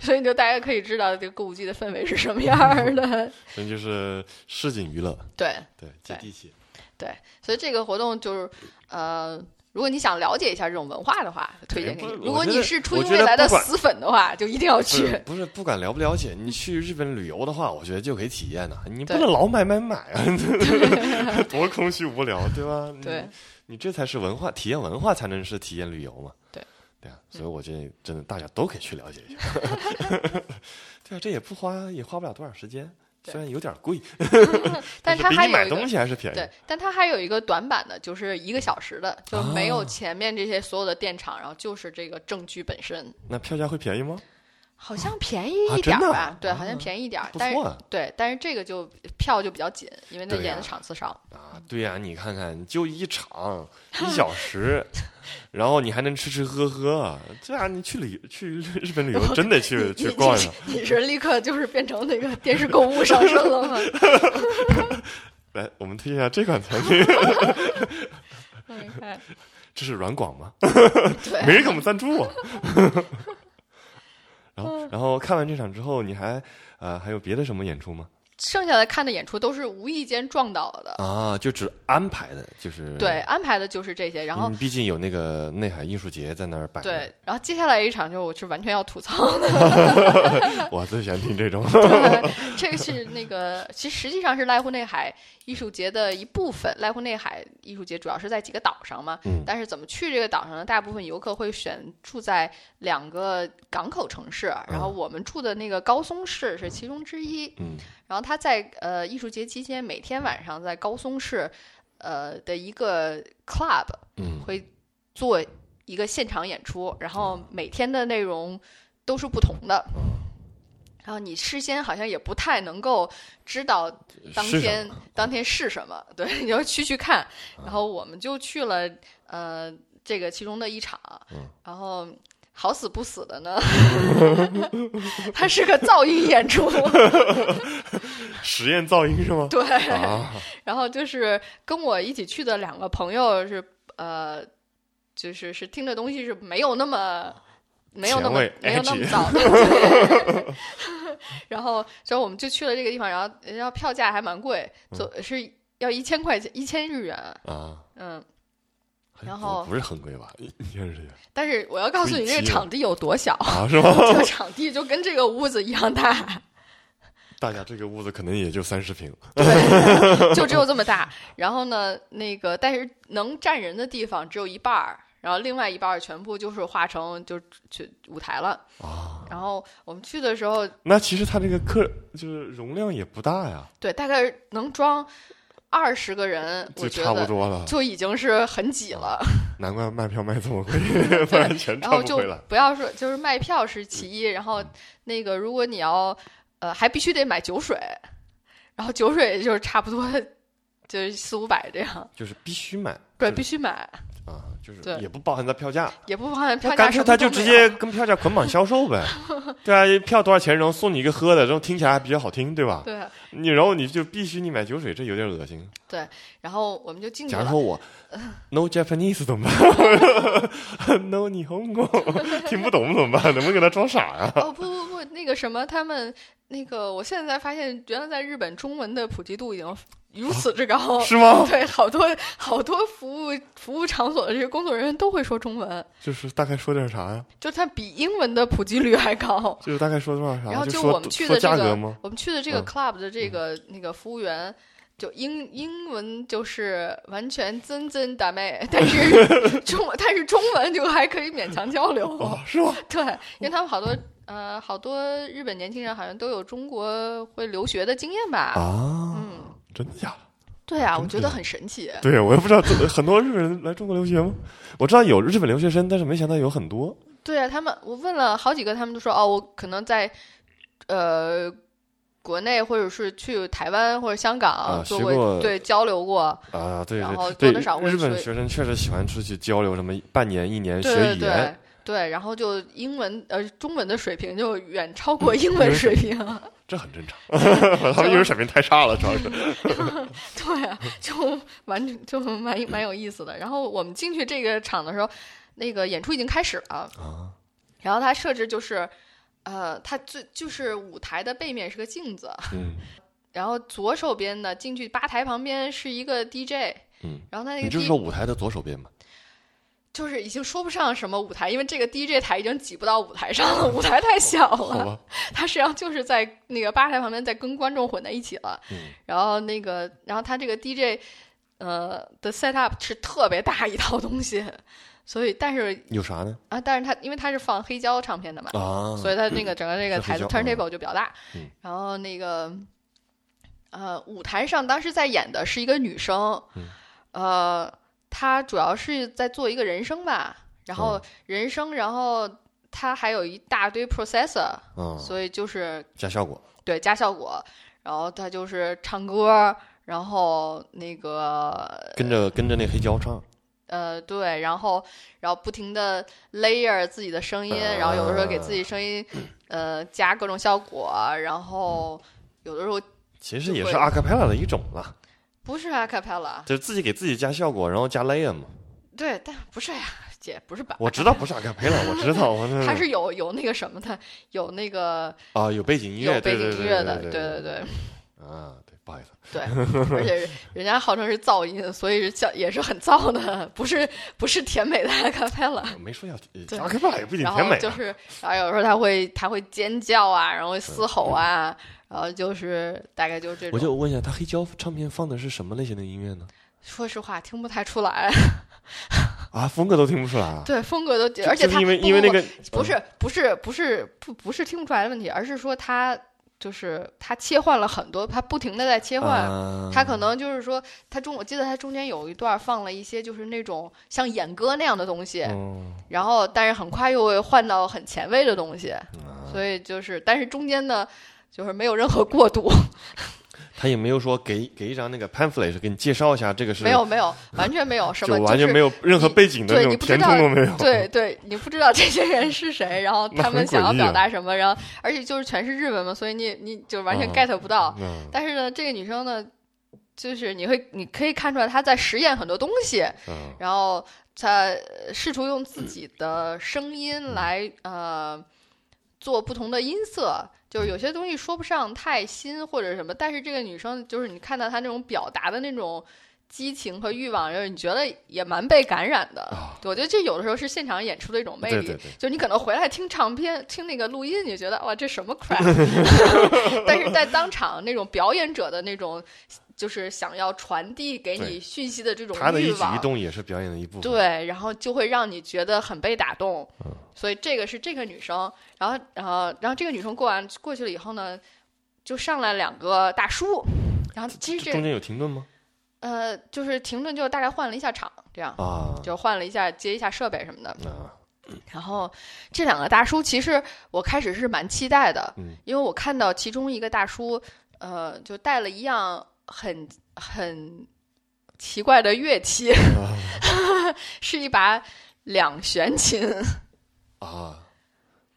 S2: 所以就大家可以知道这个歌舞伎的氛围是什么样 儿的。
S1: 所以就是市井娱乐，
S2: 对，
S1: 对接
S2: 对
S1: 地气，
S2: 所以这个活动就是呃。如果你想了解一下这种文化的话，推荐给你
S1: 我。
S2: 如果
S1: 我觉
S2: 你
S1: 得
S2: 是初
S1: 我
S2: 音
S1: 觉
S2: 未
S1: 得
S2: 来的
S1: 不管
S2: 死粉的话，就一定要
S1: 不是
S2: 去。
S1: 不是不管了不了解，你去日本旅游的话，我觉得就可以体验的，你不
S2: 对
S1: 能老买买买啊， 多空虚无聊，对吧？你
S2: 对，
S1: 你这才是文化体验，文化才能是体验旅游嘛。
S2: 对，嗯
S1: 对啊，所以我觉得真的大家都可以去了解一 下。对啊，这也不花，也花不了多少时间，
S2: 对
S1: 虽然有点贵，
S2: 但
S1: 是
S2: 它
S1: 比
S2: 还
S1: 你
S2: 有
S1: 买
S2: 一个
S1: 东西还是便宜。
S2: 对，但它还有一个短版的，就是一个小时的，就没
S1: 哦
S2: 有前面这些所有的电场，然后就是这个正剧本身，
S1: 那票价会便宜吗？
S2: 好像便宜
S1: 啊
S2: 一点
S1: 真
S2: 儿
S1: 的
S2: 吧？
S1: 啊
S2: 对，好像便宜一点儿，
S1: 不
S2: 但是
S1: 错啊
S2: 对，但是这个就票就比较紧，因为它
S1: 对
S2: 演的
S1: 呀
S2: 场次少。
S1: 啊！对呀、你看看，就一场一小时，然后你还能吃吃喝喝，这样你去旅去日本旅游真得去去逛一
S2: 你
S1: 下。
S2: 你你是立刻就是变成那个电视购物上身了吗？
S1: 来，我们推荐一下这款产品，
S2: 嗯 哎
S1: 这是软广吗？
S2: 对，
S1: 没人给我们赞助啊。 然后，
S2: 嗯
S1: 然后看完这场之后，你还呃还有别的什么演出吗？
S2: 剩下的看的演出都是无意间撞到的。
S1: 啊，就只安排的，就是
S2: 对，，安排的就是这些。然后
S1: 嗯，毕竟有那个内海艺术节在那儿摆。，
S2: 对，然后接下来一场就我是完全要吐槽的，
S1: 我最喜欢听这种。
S2: 这个是那个，其实实际上是濑户内海艺术节的一部分。濑户内海艺术节主要是在几个岛上嘛，
S1: 嗯
S2: 但是怎么去这个岛上呢？大部分游客会选住在两个港口城市，然后我们住的那个高松市是其中之一。
S1: 嗯
S2: 然后他在呃艺术节期间，每天晚上在高松市呃的一个 club
S1: 嗯
S2: 会做一个现场演出，然后每天的内容都是不同的。
S1: 嗯
S2: 然后你事先好像也不太能够知道当
S1: 是什
S2: 天
S1: 么嗯
S2: 当天是什么，对，你要去去看。然后我们就去了呃这个其中的一场，
S1: 嗯
S2: 然后好死不死的呢， 它是个噪音演出，
S1: 实验噪音是吗？
S2: 对，
S1: 啊，
S2: 然后就是跟我一起去的两个朋友是呃，就是是听的东西是没有那么没有那么
S1: 前卫
S2: 没有那么
S1: edgy
S2: 早的。对 然后，所以我们就去了这个地方，然后然后票价还蛮贵，
S1: 嗯
S2: 走是要一千块钱一千日元，
S1: 啊，
S2: 嗯。然
S1: 不
S2: 后
S1: 不是很贵吧？一天是这 样
S2: 但是我要告诉你，这个
S1: 贵极了
S2: 场地有多小，
S1: 啊，是吗？
S2: 这个场地就跟这个屋子一样大，
S1: 大家这个屋子可能也就三十平，
S2: 就只有这么大。然后呢，那个但是能站人的地方只有一半儿，然后另外一半儿全部就是化成就去舞台了。然后我们去的时候，
S1: 啊那其实它这个客就是容量也不大呀，
S2: 对，大概能装二十个人，我
S1: 就
S2: 觉
S1: 差不
S2: 得
S1: 多了。
S2: 就已经是很挤了。
S1: 难怪卖票卖这么 贵，不然全
S2: 然
S1: 赚
S2: 后
S1: 不
S2: 就
S1: 回来。
S2: 不要说就是卖票是其一，然后那个如果你要呃还必须得买酒水，然后酒水就是差不多就是四五百这样，
S1: 就是必须买，
S2: 对，
S1: 就
S2: 必须买，
S1: 是啊，就是
S2: 对
S1: 也不包含在票价，
S2: 也不包含票
S1: 那
S2: 价。
S1: 干脆
S2: 什么
S1: 他
S2: 都
S1: 就
S2: 没
S1: 直
S2: 有
S1: 接跟票价捆绑销售 呗，对啊，票多少钱，然后送你一个喝的，然后听起来还比较好听，对吧？
S2: 对，
S1: 你然后你就必须你买酒水，这有点恶心。
S2: 然后我们就进去
S1: 假如
S2: 了。呃
S1: 说我 no Japanese 怎么办 ？no 你 hongo 听不懂怎么办？能不能给他装傻呀、
S2: 哦不不不，那个什么，他们那个，我现在才发现，原来在日本中文的普及度已经如此之高。
S1: 啊是吗？
S2: 对，好多好多服务服务场所的这些工作人员都会说中文，
S1: 就是大概说点啥呀？
S2: 就它比英文的普及率还高。
S1: 就是大概说多少啥？
S2: 然后
S1: 就
S2: 就
S1: 说
S2: 我们去
S1: 说
S2: 的这
S1: 价格
S2: 个
S1: 吗？，
S2: 我们去的这个
S1: 嗯
S2: club 的这个那个服务员，就英英文就是完全真真打妹，但是 中但是中文就还可以勉强交流
S1: 哦，，是吗？
S2: 对，因为他们好多呃好多日本年轻人好像都有中国会留学的经验吧，
S1: 啊，
S2: 嗯，
S1: 真的假的？
S2: 对啊，
S1: 真
S2: 我觉
S1: 的
S2: 得
S1: 呀
S2: 很神奇，
S1: 对，我也不知道这很多日本人来中国留学吗？我知道有日本留学生，但是没想到有很多。
S2: 对啊，他们我问了好几个，他们都说哦，我可能在呃国内或者是去台湾或者香港、
S1: 啊
S2: 做
S1: 学过
S2: 对交流过，
S1: 啊，对
S2: 然后
S1: 对对，
S2: 多多少会
S1: 日本
S2: 学
S1: 学生确实喜欢出去交流，什么半年、一年
S2: 对
S1: 学
S2: 对
S1: 语
S2: 对
S1: 言，
S2: 对，然后就英文呃中文的水平就远超
S1: 嗯
S2: 过英文水平，
S1: 这很正常。 他们英语水平太差了，主要是。
S2: 对啊，就蛮就蛮蛮有意思的。然后我们进去这个场的时候，那个演出已经开始了，
S1: 啊，
S2: 然后它设置就是呃，它最就是舞台的背面是个镜子。
S1: 嗯，
S2: 然后左手边呢，进去吧台旁边是一个 DJ，
S1: 嗯，
S2: 然后 他那
S1: 你
S2: 个
S1: 就是
S2: D
S1: 说舞台的左手边嘛？
S2: 就是已经说不上什么舞台，因为这个 DJ 台已经挤不到舞台上了，舞台太小
S1: 好
S2: 了。
S1: 吧，
S2: 他实际上就是在那个吧台旁边在跟观众混在一起了。
S1: 嗯
S2: 然后那个，然后他这个 DJ，呃的 set up 是特别大一套东西，所以但是
S1: 有啥呢？
S2: 啊，但是他因为他是放黑胶唱片的嘛，
S1: 啊，
S2: 所以它那个整个这个
S1: 是
S2: 台子
S1: 比较
S2: turntable 就比较大。
S1: 嗯
S2: 然后那个呃，舞台上当时在演的是一个女生，
S1: 嗯
S2: 呃，她主要是在做一个人声吧，
S1: 嗯
S2: 然后人声，然后她还有一大堆 processor，、
S1: 啊，
S2: 所以就是
S1: 加效果
S2: 对加效果，然后她就是唱歌。然后那个
S1: 跟着跟着那黑胶唱，
S2: 呃，对，然后然后不停的 layer 自己的声音，然后有的时候给自己声音
S1: 嗯
S2: 呃加各种效果，然后有的时候
S1: 其实也
S2: 就会
S1: 是阿卡贝拉的一种啦，
S2: 不是啊 a cappella，
S1: 就是自己给自己加效果，然后加 layer 嘛。
S2: 对，但不是呀，也不是把，
S1: 我知嗯道不是阿卡贝拉，我知道，我那
S2: 它是有有那个什么的，有那个
S1: 啊，有背景音乐，
S2: 有背景
S1: 对
S2: 音乐的，
S1: 对
S2: 对
S1: 对
S2: 对
S1: 对啊，对，不好意思，
S2: 对，而且人家号称是噪音，所以是叫也是很燥的，不是不是甜美的 阿卡贝拉。
S1: 我没说要
S2: 对
S1: 阿卡贝拉也不仅
S2: 然
S1: 甜
S2: 后
S1: 美
S2: 就
S1: 啊，
S2: 是，然后有时候他会他会尖叫啊，然后会嘶吼啊，然后就是大概就是这
S1: 嗯我
S2: 种。
S1: 就问一下，他黑胶唱片放的是什么类型的音乐呢？
S2: 说实话，听不太出来，
S1: 啊，风格都听不出来啊，
S2: 对风格都，
S1: 就
S2: 而且
S1: 就
S2: 他
S1: 是因为
S2: 不
S1: 因为
S2: 不
S1: 那个嗯
S2: 不是不是不是不不是听不出来的问题，而是说他就是他切换了很多，他不停的在切换。
S1: 啊
S2: 他可能就是说，他中我记得他中间有一段放了一些就是那种像演歌那样的东西，
S1: 嗯
S2: 然后但是很快又会换到很前卫的东西，
S1: 啊
S2: 所以就是但是中间呢，就是没有任何过渡，
S1: 他也没有说给给一张那个 pamphlet 给你介绍一下这个是
S2: 没有没有完全没有什
S1: 就
S2: 么，
S1: 完全没
S2: 有。
S1: 有任何
S2: 你
S1: 背景的
S2: 对
S1: 那
S2: 你
S1: 种
S2: 不
S1: 填
S2: 知
S1: 充
S2: 道
S1: 都没有。
S2: 对对，你不知道这些人是谁，然后
S1: 那
S2: 他们
S1: 很
S2: 想要
S1: 诡异
S2: 表
S1: 啊
S2: 达什么，然后而且就是全是日文嘛，所以你你就完全
S1: 嗯
S2: get 不到。
S1: 嗯，
S2: 但是呢，这个女生呢，就是你会你可以看出来她在实验很多东西，
S1: 嗯
S2: 然后他试图用自己的声音来呃做不同的音色，就是有些东西说不上太新或者什么，但是这个女生就是你看到她那种表达的那种激情和欲望，就是你觉得也蛮被感染的。
S1: 啊，
S2: 我觉得这有的时候是现场演出的一种魅
S1: 对
S2: 力，
S1: 对对，
S2: 就你可能回来听唱片、听那个录音，你觉得哇这什 么 crap，但是在当场那种表演者的那种，就是想要传递给你
S1: 对
S2: 讯息的这种
S1: 他的一
S2: 欲
S1: 举
S2: 望
S1: 一，动也是表演的一部分。
S2: 对，然后就会让你觉得很被打动。
S1: 嗯
S2: 所以这个是这个女生，然后然后然后这个女生过完过去了以后呢，就上来两个大叔，然后其实
S1: 这中
S2: 这
S1: 间有停顿吗？
S2: 呃就是停顿，就大概换了一下场，这样
S1: 啊，
S2: 就换了一下接一下设备什么的。
S1: 啊，
S2: 然后这两个大叔，其实我开始是蛮期待的，
S1: 嗯
S2: 因为我看到其中一个大叔，呃，就带了一样很很奇怪的乐器， 是一把两弦琴，
S1: 啊，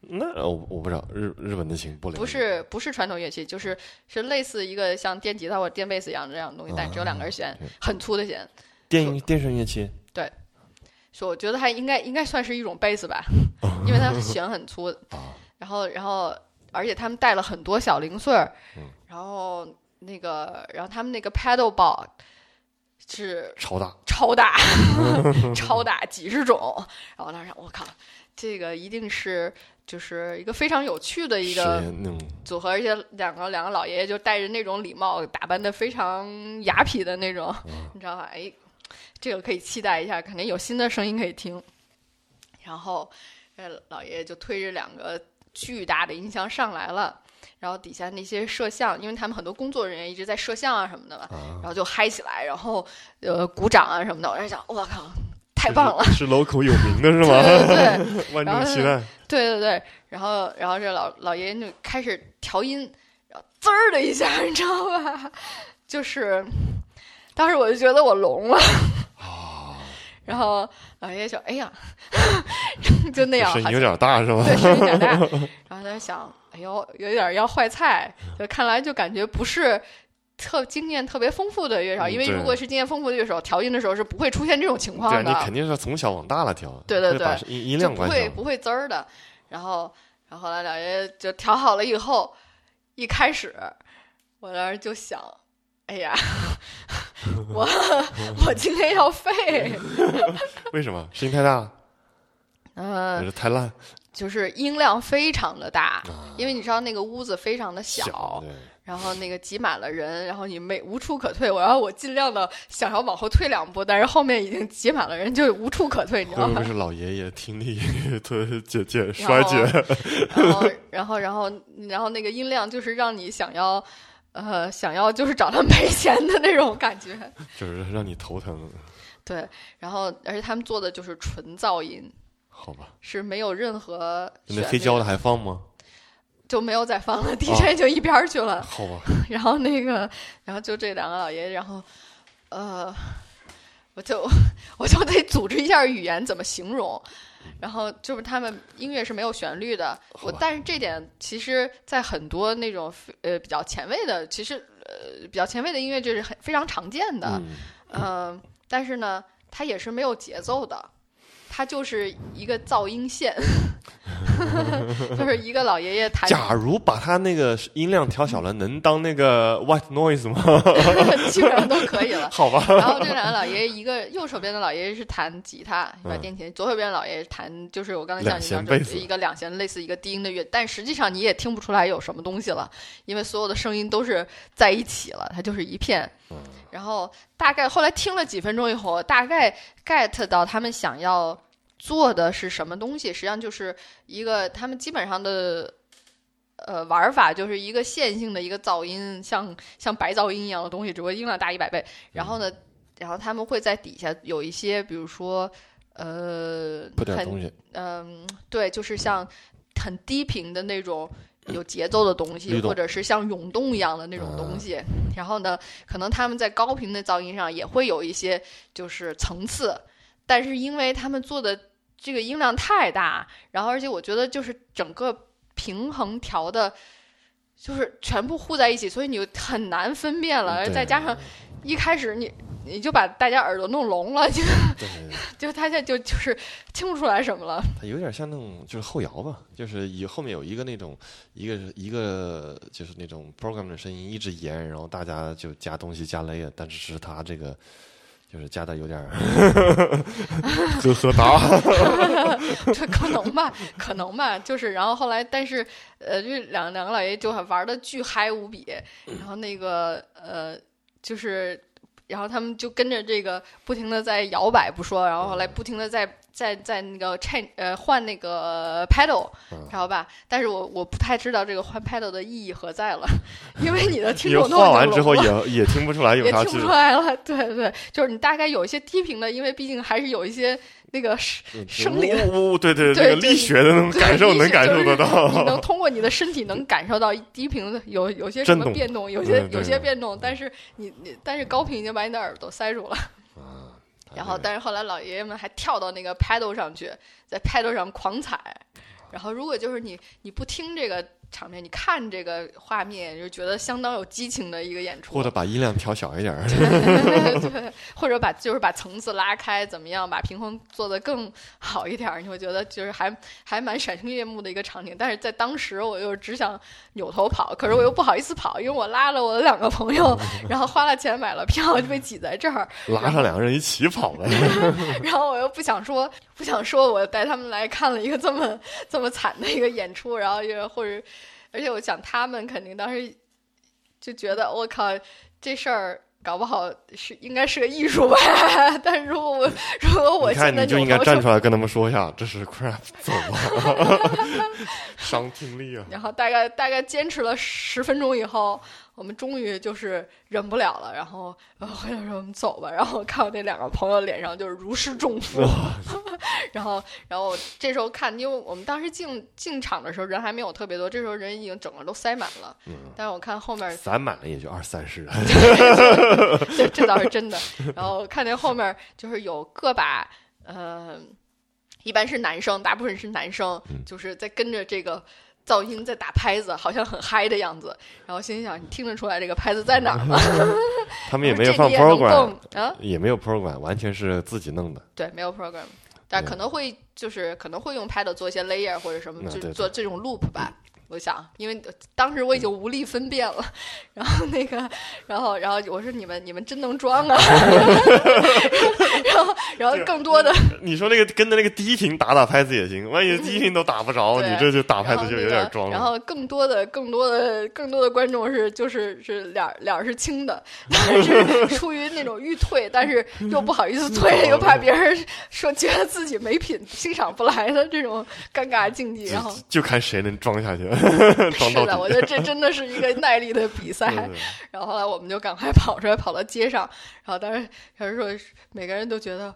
S1: 那呃我我不知道日日本的琴不了解
S2: 不是不是传统乐器，就是是类似一个像电吉他或者电贝斯一样这样的东西，但只有两根弦
S1: 对，
S2: 很粗的弦，
S1: 电音电声乐器
S2: 所以我觉得它应该应该算是一种贝斯吧，因为它弦很粗，
S1: 哦 啊，
S2: 然后然后而且他们带了很多小零碎儿
S1: 嗯，
S2: 然后那个然后他们那个 paddle ball 是
S1: 超大
S2: 超大 超大几十种，然后当时我靠，这个一定是就是一个非常有趣的一
S1: 实
S2: 个
S1: 验那种
S2: 组合，而且两个两个老爷爷就戴着那种礼帽，打扮的非常雅痞的那种，
S1: 嗯
S2: 你知道吧？哎，这个可以期待一下，肯定有新的声音可以听。然后，呃，老爷爷就推着两个巨大的音箱上来了，然后底下那些摄像，因为他们很多工作人员一直在摄像啊什么的嘛，
S1: 啊
S2: 然，后就嗨起来，然后呃鼓掌啊什么的。我在想，我靠，太棒了！
S1: 是 local 有名的是
S2: 对
S1: 吗？
S2: 对对。
S1: 万
S2: 然后
S1: 众期待
S2: 对对对，然后然后这老老爷爷就开始调音，然后滋儿的一下， 你知道吧？就是当时我就觉得我聋了，
S1: 啊，
S2: 然后老爷爷就哎呀， 就
S1: 这
S2: 那样，
S1: 声
S2: 好
S1: 音
S2: 像
S1: 有点大是吧？ 啊
S2: 对，声音有点大。然后他就想，哎呦，有点要坏菜，就看来就感觉不是。特经验特别丰富的乐手，
S1: 嗯
S2: 因为
S1: 对
S2: 如果是经验丰富的乐手，调音的时候是不会出现这种情况
S1: 对
S2: 的。
S1: 啊，你肯定是从小往大了调，
S2: 对对
S1: 会把音音量
S2: 就不
S1: 关
S2: 会
S1: 小，
S2: 不会滋儿的。然后，然后后来老爷爷就调好了以后，一开始我当时就想，哎 呀，我我今天要 废，
S1: 为什么声音太大了，还
S2: 嗯、
S1: 是太烂
S2: 就是音量非常的大，
S1: 啊？
S2: 因为你知道那个屋子非常的
S1: 小，对
S2: 然后那个挤满了人，然后你没无处可退。我然后我尽量的想要往后退两步，但是后面已经挤满了人，就无处可退，你知道
S1: 会不
S2: 吗
S1: 会？是老爷爷听力特减减
S2: 然
S1: 衰
S2: 后
S1: 竭？
S2: 然后，然后，然后，然后那个音量就是让你想要，呃，想要就是找他赔钱的那种感觉。
S1: 就是让你头疼，
S2: 对，然后而且他们做的就是纯噪音，
S1: 好吧？
S2: 是没有任何
S1: 那
S2: 旋
S1: 黑
S2: 律
S1: 胶的哦还放吗？
S2: 就没有再放了，DJ 就一边儿去了。
S1: 好吧，
S2: 然后那个，然后就这两个老爷，然后，呃，我就我就得组织一下语言怎么形容。然后就是他们音乐是没有旋律的，
S1: 好
S2: 我
S1: 嗯吧
S2: 但是这点其实，在很多那种呃比较前卫的，其实呃比较前卫的音乐就是很非常常见的，
S1: 嗯，
S2: 呃嗯、但是呢，它也是没有节奏的，它它就是一个噪 音线，就是一个老爷爷弹
S1: 假如把它那个音量调小了，能当那个 white noise 吗？
S2: 基本上都可以了。
S1: 好吧，
S2: 然后这两个老爷爷，一个右手边的老爷爷是弹吉他，一把
S1: 嗯
S2: 电琴；左手边的老爷爷弹，就是我刚才
S1: 两
S2: 讲你
S1: 弦
S2: 讲
S1: 贝
S2: 这
S1: 斯
S2: 一个两弦类似一个低音的乐，但实际上你也听不出来有什么东西了，因为所有的声音都是在一起了，它就是一片。
S1: 嗯
S2: 然后大概后来听了几分钟以后，我大概 get 到他们想要做的是什么东西，实际上就是一个他们基本上的。呃，玩法就是一个线性的一个噪音，像像白噪音一样的东西，只不过音量大一百倍。然后呢，然后他们会在底下有一些，比如说，呃，
S1: 不点
S2: 很
S1: 东西，
S2: 嗯，对，就是像很低频的那 种有节奏的东西，
S1: 律动嗯
S2: 或者是像涌动一样的那种东西。然后呢，可能他们在高频的噪音上也会有一些就是层次，但是因为他们做的这个音量太大，然后而且我觉得就是整个平衡调的。就是全部糊在一起，所以你就很难分辨了。而
S1: 对
S2: 再加上一开始你你就把大家耳朵弄聋了，就
S1: 对对对
S2: 就大家就就是听不出来什么了。
S1: 它有点像那种就是后摇吧，就是以后面有一个那种一个一个就是那种 program 的声音一直延，然后大家就加东西加 layer，但是是它这个就是加的有点儿呵呵哒，
S2: 对，可能吧，可能吧，就是，然后后来，但是，呃，这两两个老爷就很玩的巨嗨无比，然后那个，呃，就是，然后他们就跟着这个不停的在摇摆不说，然后后来不停的在在在那个 change 呃换那个 pedal，
S1: 嗯
S2: 知道吧？但是我我不太知道这个换 pedal 的意义何在了，因为你的听
S1: 你
S2: 众都
S1: 画
S2: 已经
S1: 完之
S2: 聋
S1: 后
S2: 了
S1: 也也听不出来有
S2: 也
S1: 啥区
S2: 听不出
S1: 别，
S2: 来了，对对，就是你大概有一些低频的，因为毕竟还是有一些那个是
S1: 嗯
S2: 生理
S1: 呜呜呜，对对
S2: 对
S1: 那个
S2: 对
S1: 力学的那种
S2: 对
S1: 感受
S2: 力
S1: 能
S2: 学
S1: 感
S2: 就
S1: 受得
S2: 是你 能
S1: 到，
S2: 通过你的身体能感受到低频的有有些什
S1: 震
S2: 么
S1: 动
S2: 变动，有些
S1: 嗯对
S2: 有些
S1: 对啊
S2: 变动，但是你你但是高频已经把你的耳朵塞住了。
S1: 嗯
S2: 然后，但是后来老爷爷们还跳到那个 pedal 上去，在 pedal 上狂踩。然后，如果就是你你不听这个场面，你看这个画面，就觉得相当有激情的一个演出。
S1: 或者把音量调小一点儿，
S2: 对，或者把就是把层次拉开，怎么样把平衡做得更好一点儿，你会觉得就是还还蛮赏心悦目的一个场景。但是在当时，我又只想扭头跑，可是我又不好意思跑，因为我拉了我的两个朋友，然后花了钱买了票，就被挤在这儿，
S1: 拉上两个人一起跑 呗。
S2: 然后我又不想说不想说我带他们来看了一个这么这么惨的一个演出，然后又或者，而且我想他们肯定当时就觉得我靠这事儿。搞不好是应该是个艺术吧， 但是如果我如果我
S1: 你看，
S2: 现在
S1: 你就应
S2: 扭
S1: 该
S2: 头
S1: 站
S2: 说
S1: 出来跟他们说一下，这是 crap，走 吧， 伤听力啊！
S2: 然后大概大概坚持了十分钟以后，我们终于就是忍不了了，然后呃回来说我们走吧。然后我看我那两个朋友脸上就是如释重负， 然后然后这时候看，因为我们当时进进场的时候人还没有特别多，这时候人已经整个都塞满了。
S1: 嗯
S2: 但是我看后面
S1: 散满了也就二三十人，
S2: 这这倒是真的。然后看见后面就是有个把，呃，一般是男生，大部分是男生，
S1: 嗯
S2: 就是在跟着这个噪音在打拍子，好像很嗨的样子。然后心想，你听得出来这个拍 子在哪儿吗？
S1: 他们也没
S2: 这
S1: 有放
S2: 你也能
S1: program，
S2: 动啊，
S1: 也没有 program，完全是自己弄的。
S2: 对，没有 program。但
S1: 对
S2: 可能会就是可能会用 Pad 做一些 layer 或者什么，
S1: 嗯
S2: 就是
S1: 对
S2: 做这种 loop 吧。我想，因为当时我已经无力分辨了，然后那个，然后然后我说你们你们真能装啊， 然后然后更多的
S1: 你说那个跟着那个低频打打拍子也行，万一低频都打不着，
S2: 对
S1: 你这就打拍
S2: 然后
S1: 子 就
S2: 那
S1: 有
S2: 个
S1: 点装
S2: 然
S1: 了。
S2: 后更多的、更多的、更多的观众是就是是脸儿脸儿是青的，但是出于那种欲退，但是又不好意思退，又怕别人说觉得自己没品，欣赏不来的这种尴尬境地。
S1: 就
S2: 然后
S1: 就看谁能装下去，装
S2: 是
S1: 到
S2: 的，
S1: 底。
S2: 我觉得这真的是一个耐力的 比赛。
S1: 对对
S2: 然后后来我们就赶快跑出来，跑到街上，然后当时他说每个人都觉得。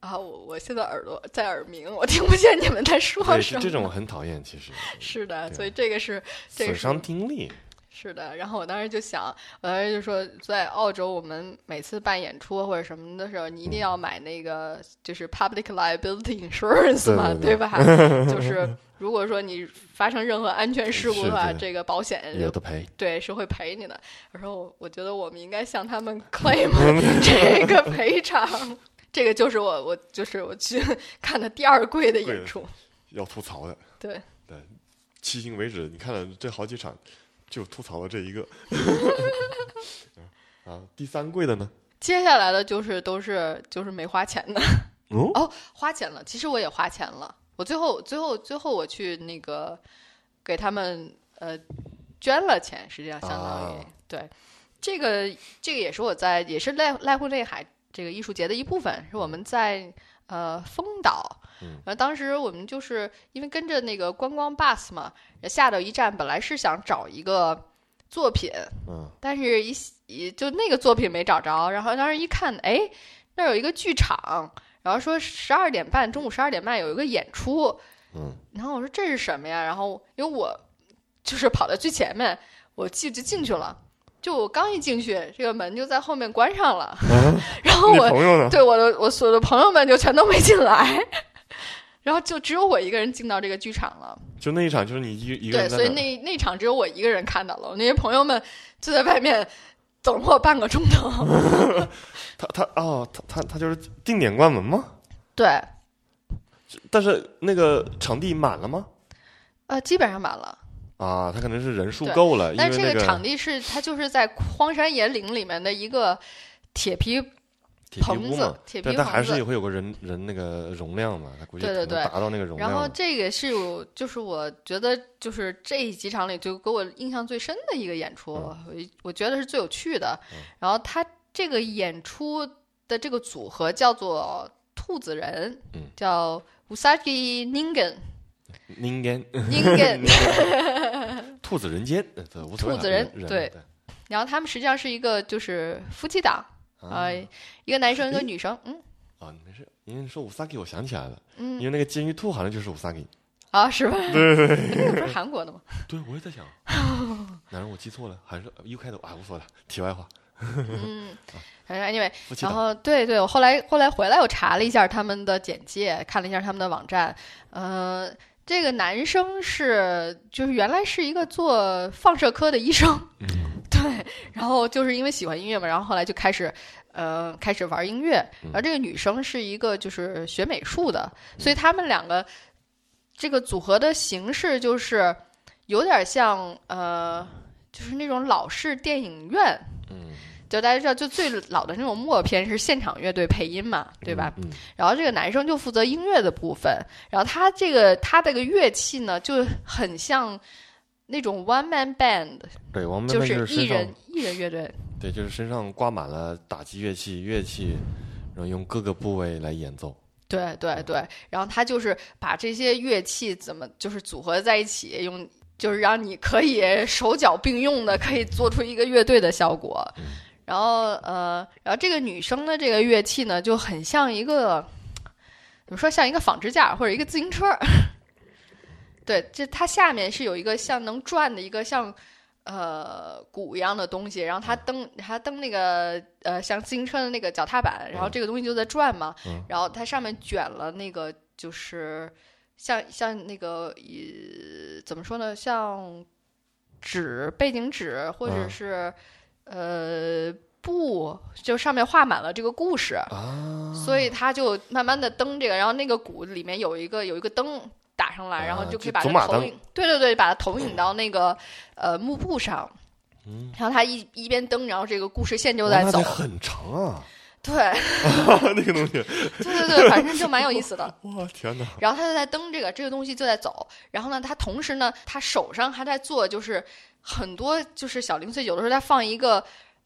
S2: 啊，我我现在耳朵在耳鸣，我听不见你们在说
S1: 对
S2: 什
S1: 这
S2: 么。
S1: 这种很讨厌，其 实
S2: 是的，
S1: 对
S2: 所以这个是这个
S1: 损
S2: 是
S1: 伤听力。
S2: 是的，然后我当时就想，我当时就说，在澳洲，我们每次办演出或者什么的时候，你一
S1: 嗯
S2: 定要买那个就是 public liability insurance
S1: 对
S2: 嘛，
S1: 对对
S2: 吧？ 就是如果说你发生任何安全事故的话，
S1: 是对
S2: 这个保险
S1: 有的赔，
S2: 对是会赔你的。 然后我觉得我们应该向他们 claim 这个赔偿。 这个就是我我就是我去 看的第二贵的
S1: 贵
S2: 演
S1: 的
S2: 出，
S1: 要吐槽的。
S2: 对
S1: 对，迄今为止，你看这好几场，就吐槽了这 一个。啊，第三贵的呢？
S2: 接下来的就是都是就是没花钱的，
S1: 嗯，
S2: 哦，花钱了，其实我也花钱了。我最后最后最后我去那个给他们呃捐了钱，实际上相当于、
S1: 啊
S2: 对这个这个也是我在也是濑濑户内海这个艺术节的一部分，是我们在呃丰岛。
S1: 嗯
S2: 然后当时我们就是因为跟着那个观光 bus 嘛，下到一站，本来是想找一个作品，
S1: 嗯，
S2: 但是一一就那个作品没找着，然后当时一看，哎，那儿有一个剧场，然后说十二点半，中午十二点半有一个演出，
S1: 嗯，
S2: 然后我说这是什么呀？然后因为我就是跑到最前面，我进就进去了，就我刚一进去，这个门就在后面关上了，
S1: 嗯
S2: 然后
S1: 你
S2: 我
S1: 朋友呢？
S2: 对我的我所有的朋友们就全都没进来， 然后就只有我一个人进到这个剧场了。
S1: 就那一场，就是你一一个
S2: 对，
S1: 人在
S2: 所以
S1: 那儿
S2: 那那场只有我一个人看到了，我那些朋友们就在外面等了我半个钟头。
S1: 他他哦，他他他就是定点关门吗？
S2: 对，
S1: 但是那个场地满了吗？
S2: 呃，基本上满了。
S1: 啊，他可能是人数
S2: 对
S1: 够呃了，因为
S2: 但是
S1: 那
S2: 这个场地是它就是在荒山野岭里面的一个铁皮
S1: 铁皮
S2: 棚
S1: 屋
S2: 子
S1: 嘛，
S2: 铁
S1: 但
S2: 皮
S1: 它
S2: 棚
S1: 还是
S2: 子
S1: 也会有个人人那个容量嘛，他估计
S2: 对对
S1: 可能
S2: 对
S1: 达到那个容量
S2: 然
S1: 了。
S2: 后这个是我，就是我觉得就是这几场里就给我印象最深的一个演出，
S1: 嗯
S2: 我我觉得是最有趣的
S1: 嗯。
S2: 然后他这个演出的这个组合叫做兔子人，
S1: 嗯
S2: 叫 Usagi Ningen
S1: 您跟
S2: Ningen，
S1: 兔子人间，呃对，无所谓
S2: 兔子
S1: 了
S2: 人对
S1: 对
S2: 然后他们实际上是一个就是夫妻档，
S1: 啊
S2: 呃，一个男生一个女生，嗯
S1: 啊，你没事，您说五萨给，我想起来了，因
S2: 嗯，
S1: 为那个监狱兔好像就是五萨给。
S2: 啊是吧？对对对， 不是韩国的吗？
S1: 对，我也在 想，难道我记错了？还是 U 开头啊？无所谓了，题外话，
S2: 嗯，反正 anyway，
S1: 夫妻档
S2: 然后对对，我后来后来回来我查了一下他们的简介，看了一下他们的网站，呃，这个男生是就是原来是一个做放射科的医生， 对，然后就是因为喜欢音乐嘛，然后后来就开始。呃，开始玩音乐，而这个女生是一个就是学美术的，所以他们两个这个组合的形式就是有点像呃，就是那种老式电影院
S1: 嗯，
S2: 就大家知道，就最老的那种默片是现场乐队配音嘛，对吧？
S1: 嗯？嗯，
S2: 然后这个男生就负责音乐的部分，然后他这个他这个乐器呢，就很像那种 one man band，
S1: 对，王妹
S2: 就
S1: 妹就是是
S2: 一
S1: 身
S2: 人
S1: 上，
S2: 一人乐队。
S1: 对，就是身上挂满了打击乐器、乐器，然后用各个部位来演奏。
S2: 对对对，然后他就是把这些乐器怎么就是组合在一起，用就是让你可以 手脚并用的，可以做出一个乐队的效果。然后呃，然后这个女生的这个乐器呢，就很像一个怎么说，像一个纺织架或者一个自行车儿。 对，这它下面是有一个像能转的一个像呃鼓一样的东西，然后它
S1: 嗯
S2: 蹬它蹬那个呃像自行车的那个脚踏板，然后
S1: 嗯
S2: 这个东西就在转嘛，
S1: 嗯
S2: 然后它上面卷了那个就是像像那个呃怎么说呢，像纸背景纸或者
S1: 嗯
S2: 是、呃布，就上面画满了这个故事，
S1: 啊，
S2: 所以他就慢慢的蹬这个，然后那个鼓里面有一个有一个灯打上来，
S1: 啊
S2: 然后就可以
S1: 就
S2: 把
S1: 走
S2: 它
S1: 马
S2: 投
S1: 灯
S2: 影，对对对，把它投影到那个呃幕布上。
S1: 嗯
S2: 然后他一一边蹬，然后这个故事线就
S1: 哇
S2: 在
S1: 那
S2: 走
S1: 得，很长啊，
S2: 对
S1: 那个东西，
S2: 对对对，反正就蛮有意思的。
S1: 我天哪！
S2: 然后他就在蹬这个，这个东西就在走。然后呢，他同时呢，他手上还在做，就是很多就是小零碎，有的时候他放一个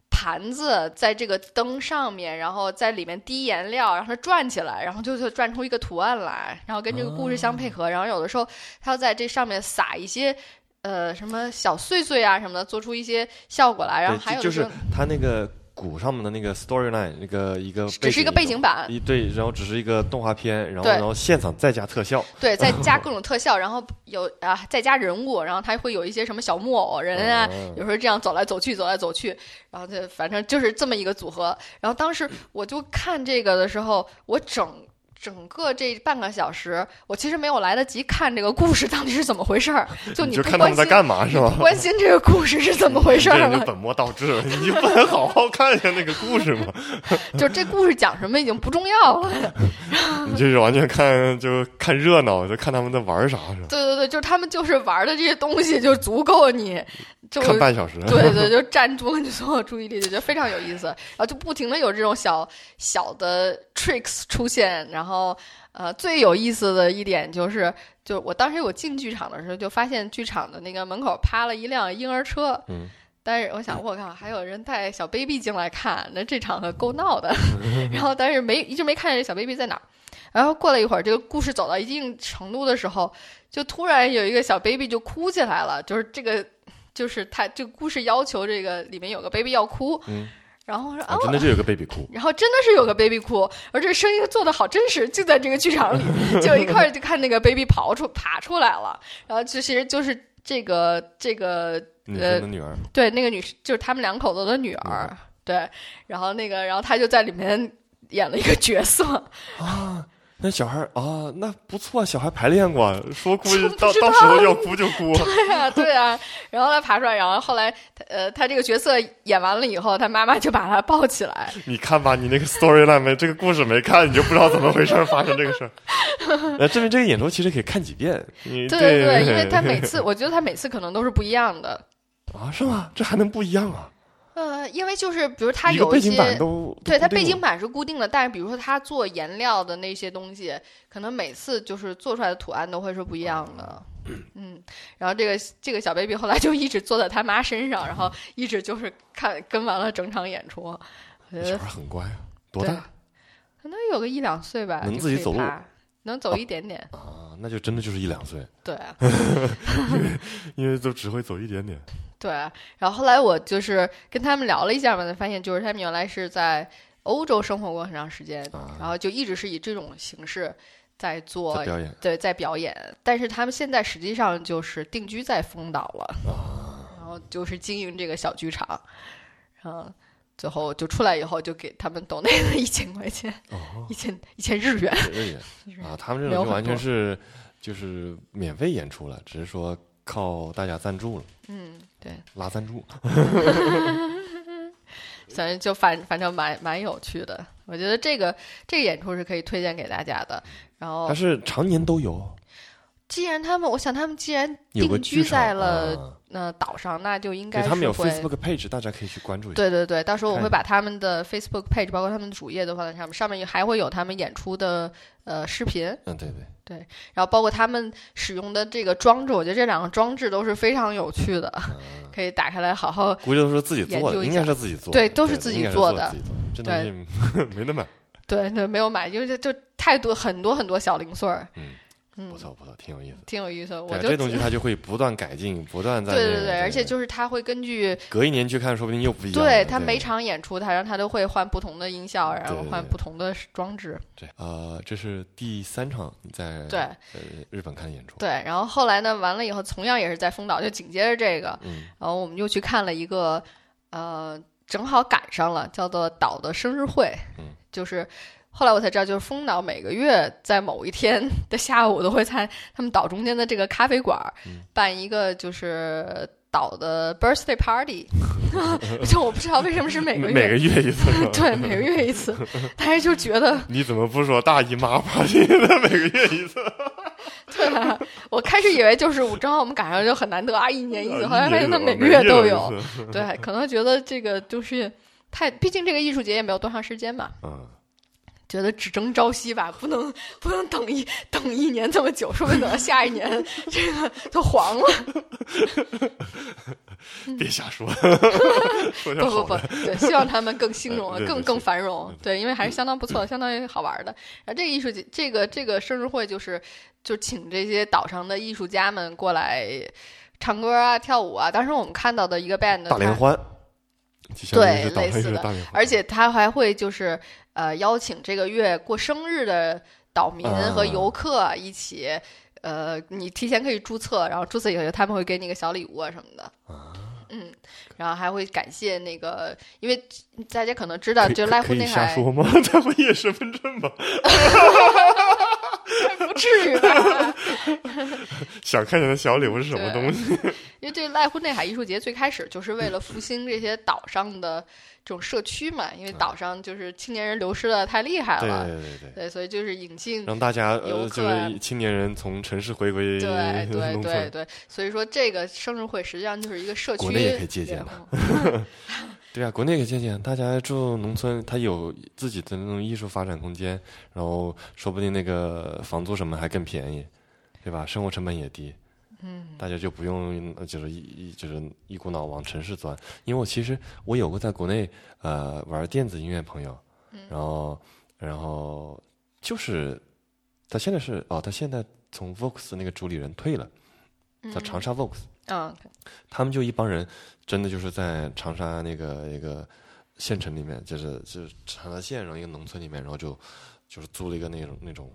S2: 盘子在这个灯上面，然后在里面滴颜料，让它转起来，然后就就转出一个图案来，然后跟这个故事相配合。然后有的时候他要在这上面撒一些。呃，什么小碎碎啊什么的，做出一些效果来，然后
S1: 对
S2: 还有
S1: 就
S2: 的
S1: 是
S2: 时候
S1: 他那个鼓上面的那个 storyline，那个一个
S2: 只是一个背景板，
S1: 一对，然后只是一个动画片，然后
S2: 呃对
S1: 然后现场再加特效，
S2: 对，再加各种特效，然后有啊，再加人物，然后他会有一些什么小木偶 人啊，
S1: 嗯
S2: 有时候这样走来走去，走来走去，然后就反正就是这么一个组合。然后当时我就看这个的时候，我整整个这半个小时，我其实没有来得及看这个故事到底是怎么回 事儿，就
S1: 你
S2: 你
S1: 就
S2: 不
S1: 看他
S2: 关
S1: 们在
S2: 心
S1: 干嘛 是吧？
S2: 不关心这个故事是怎么回事
S1: 这
S2: 儿
S1: 人就
S2: 了，
S1: 本末倒置了，你就不能好好看一下那个故事 吗？
S2: 就这故事讲什么已经不重要了。
S1: 你这是完全看就看热闹，就看他们在玩啥是吧？
S2: 对对对，就是他们就是玩的这些东西就足够你，就
S1: 看半小时，
S2: 对对，就占住了 你所有注意力，就觉得非常有意思。然后就不停的有这种小小的 tricks 出现，然后呃，最有意思的一点就是，就我当时我进剧场的时候，就发现剧场的那个门口趴了一辆婴儿车，
S1: 嗯，
S2: 但是我想，我靠，还有人带小 baby 进来看，那这场可够 闹的。然后，但是没一直没看见这小 baby 在哪儿。然后过了一会儿，这个故事走到一定程度的时候，就突然有一个小 baby 就哭起来了，就是这个，就是他这个故事要求这个里面有个 baby 要哭。
S1: 嗯
S2: 然后我说
S1: 啊
S2: 啊，，
S1: 真的就有个 baby 哭，
S2: 然后真的是有个 baby 哭，而这声音做的好真实，就在这个剧场里，就一块儿就看那个 baby 刨出爬出来了。然后其实就是这个这个
S1: 女生
S2: 呃
S1: 的女儿，
S2: 对，那个女就是他们两口子的女儿，
S1: 嗯
S2: 对，然后那个，然后她就在里面演了一个角色，
S1: 那小孩儿啊，那不错，小孩排练过，啊 说哭就
S2: 真不
S1: 到
S2: 知
S1: 到时候要哭就哭，
S2: 对啊，对啊，然后她爬出来，然后后来，她呃，她这个角色演完了以后，她妈妈就把她抱起来，
S1: 你看吧，你那个 storyline 没这个故事没看，你就不知道怎么回事儿发生这个事儿。 那证明这个演出其实可以看几遍，你
S2: 对
S1: 对
S2: 对，因为她 每次，我觉得她每次可能都是不一样的，
S1: 啊是吗？这还能不一样啊？
S2: 呃，因为就是比如她
S1: 一个
S2: 有
S1: 背
S2: 一
S1: 景板
S2: 些。
S1: 都
S2: 对
S1: 它
S2: 它背景板是固定的，但是比如说她做颜料的那些东西，可能每次就是做出来的图案都会是不一样
S1: 哦
S2: 的。嗯，然后这个这个小 baby 后来就一直坐在他妈身上，然后一直就是看跟完了整场演出，我觉
S1: 小
S2: 得
S1: 孩很乖啊，多
S2: 对
S1: 大
S2: 可能有个一两岁吧，
S1: 能
S2: 就
S1: 自己
S2: 可以
S1: 走路
S2: 爬，能走一点点，
S1: 啊？那就真的就是一两岁，
S2: 对。
S1: 因为都只会走一点点。
S2: 对，然后后来我就是跟他们聊了一下嘛，才发现就是他们原来是在欧洲生活过很长时间，
S1: 啊
S2: 然后就一直是以这种形式在
S1: 在
S2: 做
S1: 表 演
S2: 对，在表演。但是他们现在实际上就是定居在丰岛了，
S1: 哦
S2: 然后就是经营这个小剧场，嗯。最后就出来以后，就给他们抖那了一千块钱，
S1: 哦，
S2: 一千一千日元。
S1: 对啊，他们这
S2: 没
S1: 种就
S2: 有很
S1: 完全
S2: 多
S1: 是就是免费演出了，只是说靠大家赞助了，
S2: 嗯，对，
S1: 拉赞助。
S2: 反正就反反正蛮蛮有趣的。我觉得这个这个演出是可以推荐给大家的。然后
S1: 它是常年都有，
S2: 既然他们，我想他们既然
S1: 有个
S2: 定
S1: 剧
S2: 居
S1: 场
S2: 在了
S1: 啊
S2: 呃岛上，那就应
S1: 对，
S2: 该
S1: 他们
S2: 是
S1: 有
S2: 会。
S1: Facebook page，大家可以去关注一下。
S2: 对对对，到时候我
S1: 看
S2: 会
S1: 一
S2: 把他们的 Facebook page，包括他们的主页都放在上面，上面还会有他们演出的呃视频，
S1: 嗯，对对，
S2: 然后包括他们使用的这个装置，我觉得这两个装置都是非常有趣
S1: 啊
S2: 的，可以打开来好好
S1: 估计都是自己做
S2: 研
S1: 的，
S2: 究一
S1: 应
S2: 下
S1: 该是自己做的，
S2: 对都是
S1: 对
S2: 自己
S1: 应该是
S2: 做
S1: 做
S2: 的
S1: 自己做的，这东西 没得买，
S2: 对对没有买，因为这就太多很多很多小零碎儿，
S1: 嗯
S2: 嗯
S1: 不，错不错，挺有意思。
S2: 挺有意思的，我
S1: 对，
S2: 就
S1: 这东西它就会不断改进，不断在
S2: 对
S1: 那
S2: 对
S1: 个
S2: 对，而且就是他会根据
S1: 隔一年去看，说不定又不一样了。
S2: 对
S1: 对
S2: 他每场演出，他让他都会换不同的音效，然
S1: 对
S2: 后
S1: 对
S2: 换
S1: 对
S2: 不同的装置。
S1: 对呃，这是第三场你在
S2: 对
S1: 呃日本看的演出，
S2: 对，然后后来呢，完了以后，同样也是在丰岛，就紧接着这个，
S1: 嗯，
S2: 然后我们又去看了一个，呃，正好赶上了，叫做岛的生日会，
S1: 嗯
S2: 就是。后来我才知道，就是丰岛每个月在某一天的下午都会在他们岛中间的这个咖啡馆儿
S1: 嗯
S2: 办一个就是岛的 birthday party，就我不知道为什么是每
S1: 每
S2: 个月，
S1: 每个月一次是吧。
S2: 对每个月一次，但是就觉得
S1: 你怎么不说大姨妈吧？现在 每个月一次，
S2: 对吧？ 我开始以为就是我正好我们赶上就很难得啊，一年一次，后来
S1: 一
S2: 发
S1: 年
S2: 现
S1: 一
S2: 它
S1: 次啊
S2: 每个
S1: 月
S2: 月都
S1: 一
S2: 有。
S1: 次
S2: 对，可能觉得这个就是太，毕竟这个艺术节也没有多长时间嘛，
S1: 嗯，
S2: 觉得只争朝夕吧，不能不能等一等一年这么久，说不定等到下一年 这个都黄了。
S1: 别瞎说， 说
S2: 嗯 不
S1: 点
S2: 不
S1: 好
S2: 不
S1: 的。，
S2: 对，希望他们更兴荣
S1: 呃，对
S2: 更
S1: 对
S2: 更
S1: 是
S2: 繁荣
S1: 嗯。
S2: 对，因为还是相当不错，相当于好玩的。然后这个艺术节，这个这个生日会就是就请这些岛上的艺术家们过来唱歌啊、跳舞啊。当时我们看到的一个 band，
S1: 大连
S2: 它
S1: 欢，就相当于是
S2: 对
S1: 岛
S2: 类
S1: 上
S2: 似
S1: 一个
S2: 的
S1: 大连欢，
S2: 而且他还会就是呃邀请这个月过生日的岛民
S1: 嗯
S2: 和游客一起，呃，你提前可以注册，然后注册以后他们会给你一个小礼物啊什么的。嗯，然后还会感谢那个，因为大家可能知道，
S1: 可以
S2: 就濑
S1: 可
S2: 户
S1: 以
S2: 内
S1: 瞎
S2: 海
S1: 说吗？ 他会验身份证吗？
S2: 不至于吧？
S1: 想看见的小礼物是什么东西？
S2: 因为这濑户内海艺术节最开始就是为了复兴这些岛上的这种社区嘛，因为
S1: 啊
S2: 岛上就是青年人流失的太厉害
S1: 对
S2: 了，
S1: 对对对，
S2: 对，所以就是引进
S1: 让大家呃，
S2: 游
S1: 就
S2: 客啊
S1: 是青年人从城市回归
S2: 对对
S1: 农
S2: 对
S1: 村，
S2: 对，所以说这个生日会实际上就是一个社区，
S1: 国内也可以借鉴的 对啊，国内也借鉴，大家住农村，他有自己的那种艺术发展空间，然后说不定那个房租什么还更便宜，对吧？生活成本也低，
S2: 嗯，
S1: 大家就不用呃就是一一就是一股脑往城市钻。因为我其实我有过在国内呃玩电子音乐朋友，然后然后就是他现在是哦，他现在从 Vox 那个主理人退了，在长沙 Vox，
S2: 嗯，
S1: 他们就一帮人，真的就是在长沙那个一个县城里面，就是就是长沙县，然后一个农村里面，然后就就是租了一个那种那种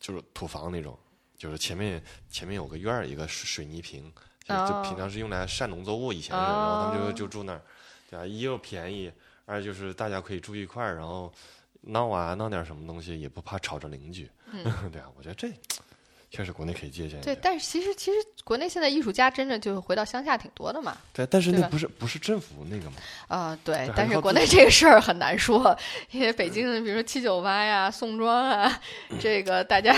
S1: 就是土房那种，就是前面前面有个院儿，一个水水泥坪，就是就
S2: 哦
S1: 平常是用来晒农作物，以前是，然后他们就就住那儿，对啊，一又便宜，二就是大家可以住一块儿，然后闹啊闹点什么东西也不怕吵着邻居， 对啊，我觉得这确实国内可以借鉴一
S2: 嗯对，
S1: 点。
S2: 但是其实其实国内现在艺术家真的就是回到乡下挺多的嘛，
S1: 对，但是
S2: 对
S1: 那
S2: 吧
S1: 不是不是政府那个嘛，
S2: 啊、对
S1: 对，还
S2: 但
S1: 是
S2: 是
S1: 靠
S2: 国
S1: 自
S2: 内
S1: 己
S2: 这个事儿很难说，因为北京，比如说七九八呀、宋庄啊，这个大家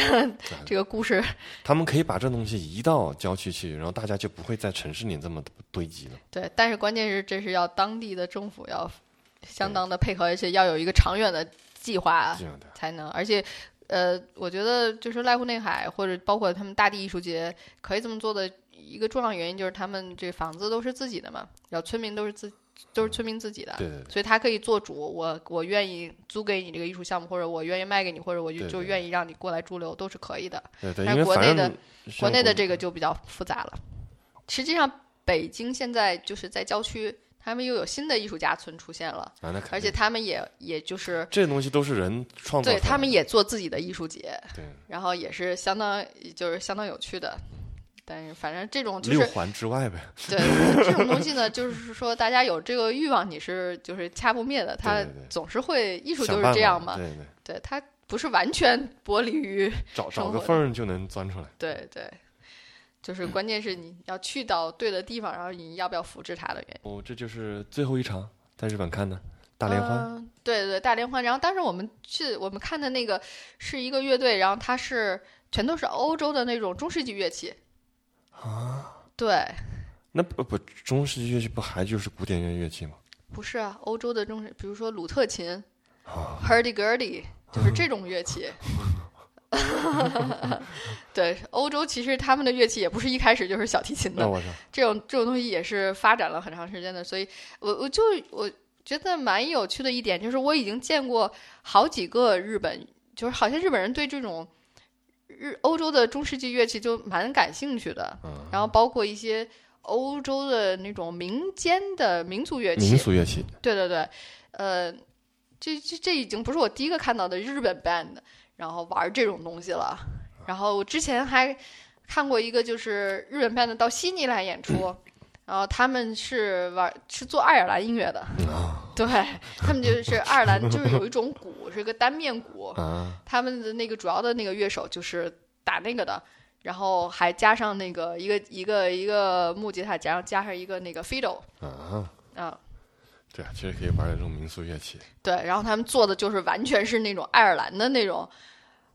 S2: 这个故事，
S1: 他们可以把这东西移到郊区去，然后大家就不会在城市里这么堆积了。
S2: 对，但是关键是这是要当地的政府要相当的配合，而且要有一个长远的计划啊
S1: 这样的，
S2: 才能，而且。呃，我觉得就是濑户内海或者包括他们大地艺术节可以这么做的一个重要原因，就是他们这房子都是自己的嘛，然后村民都是自都是村民自己的，
S1: 对对对，
S2: 所以他可以做主，我我愿意租给你这个艺术项目，或者我愿意卖给你，或者我就
S1: 对对
S2: 就愿意让你过来驻留，都是可以的。
S1: 对对，
S2: 但
S1: 因
S2: 是
S1: 为
S2: 国
S1: 反
S2: 内
S1: 正
S2: 的
S1: 像
S2: 国内的这个就比较复杂了。实际上，北京现在就是在郊区，他们又有新的艺术家村出现了，
S1: 啊，那肯定
S2: 而且他们也也就是
S1: 这东西都是人创造出
S2: 对
S1: 来的，
S2: 他们也做自己的艺术节，
S1: 对
S2: 然后也是相当就是相当有趣的。但是反正这种就
S1: 六
S2: 是
S1: 环之外呗，
S2: 对这种东西呢，就是说大家有这个欲望，你是就是掐不灭的，它
S1: 对对对
S2: 总是会艺术就
S1: 想
S2: 是
S1: 办法
S2: 这样嘛。
S1: 对对，
S2: 对，它不是完全剥离于，
S1: 找
S2: 生
S1: 找个
S2: 活
S1: 缝儿就能钻出来。
S2: 对对，就是关键是你要去到对的地方，然后你要不要复制它的原因。
S1: 哦，这就是最后一场在日本看的大联欢，
S2: 嗯对对，大连欢。然后当时我们去我们看的那个是一个乐队，然后它是全都是欧洲的那种中世纪乐器啊。对，
S1: 那不不中世纪乐器不还就是古典乐乐器吗？
S2: 不是啊，欧洲的中世，比如说鲁特琴、hurdy
S1: 哦
S2: gurdy，就是这种乐 器。对，欧洲其实他们的乐器也不是一开始就是小提琴的
S1: 那，我说
S2: 这种这种东西也是发展了很长时间的，所以我我就我觉得蛮有趣的一点就是，我已经见过好几个日本，就是好像日本人对这种日欧洲的中世纪乐器就蛮感兴趣的，
S1: 嗯
S2: 然后包括一些欧洲的那种民间的民族乐器
S1: 民，俗乐器，
S2: 对对对，呃，这这这已经不是我第一个看到的日本 band，然后玩这种东西了。然后我之前还看过一个，就是日本 band 到悉尼来演出，然后他们是玩是做爱尔兰音乐的，对他们就是爱尔兰就是有一种鼓是个单面鼓，
S1: 啊，
S2: 他们的那个主要的那个乐手就是打那个的。然后还加上那个一个一个一个木吉他，加上加上一个那个 fiddle
S1: 啊，
S2: 啊，
S1: 对啊，其实可以玩点这种民俗乐器，
S2: 对，然后他们做的就是完全是那种爱尔兰的那种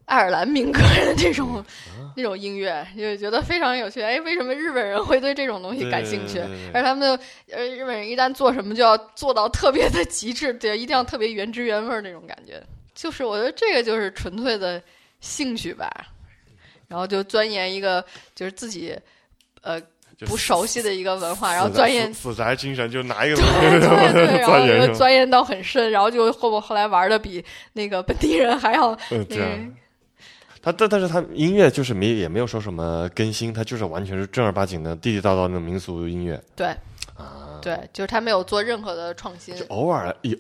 S2: 爱尔兰民歌的这种、
S1: 嗯
S2: 那种音乐，就觉得非常有趣。哎，为什么日本人会对这种东西
S1: 对
S2: 感兴趣？
S1: 对对对
S2: 而他们就呃，日本人一旦做什么就要做到特别的极致，对，一定要特别原汁原味儿那种感觉。就是我觉得这个就是纯粹的兴趣吧，然后就钻研一个就是自己呃
S1: 就死
S2: 不熟悉的一个文化，啊然后
S1: 死宅
S2: 钻研
S1: 死死宅精神，就拿一个
S2: 对对，然后
S1: 钻研
S2: 就
S1: 上
S2: 钻研到很深，然后就后后来玩的比那个本地人还要
S1: 嗯，
S2: 那
S1: 这
S2: 个
S1: 样。他但但是他音乐就是没也没有说什么更新，他就是完全是正儿八经的地地道道的民俗音乐
S2: 对
S1: 啊。
S2: 对，就是他没有做任何的创新
S1: 就。偶尔有，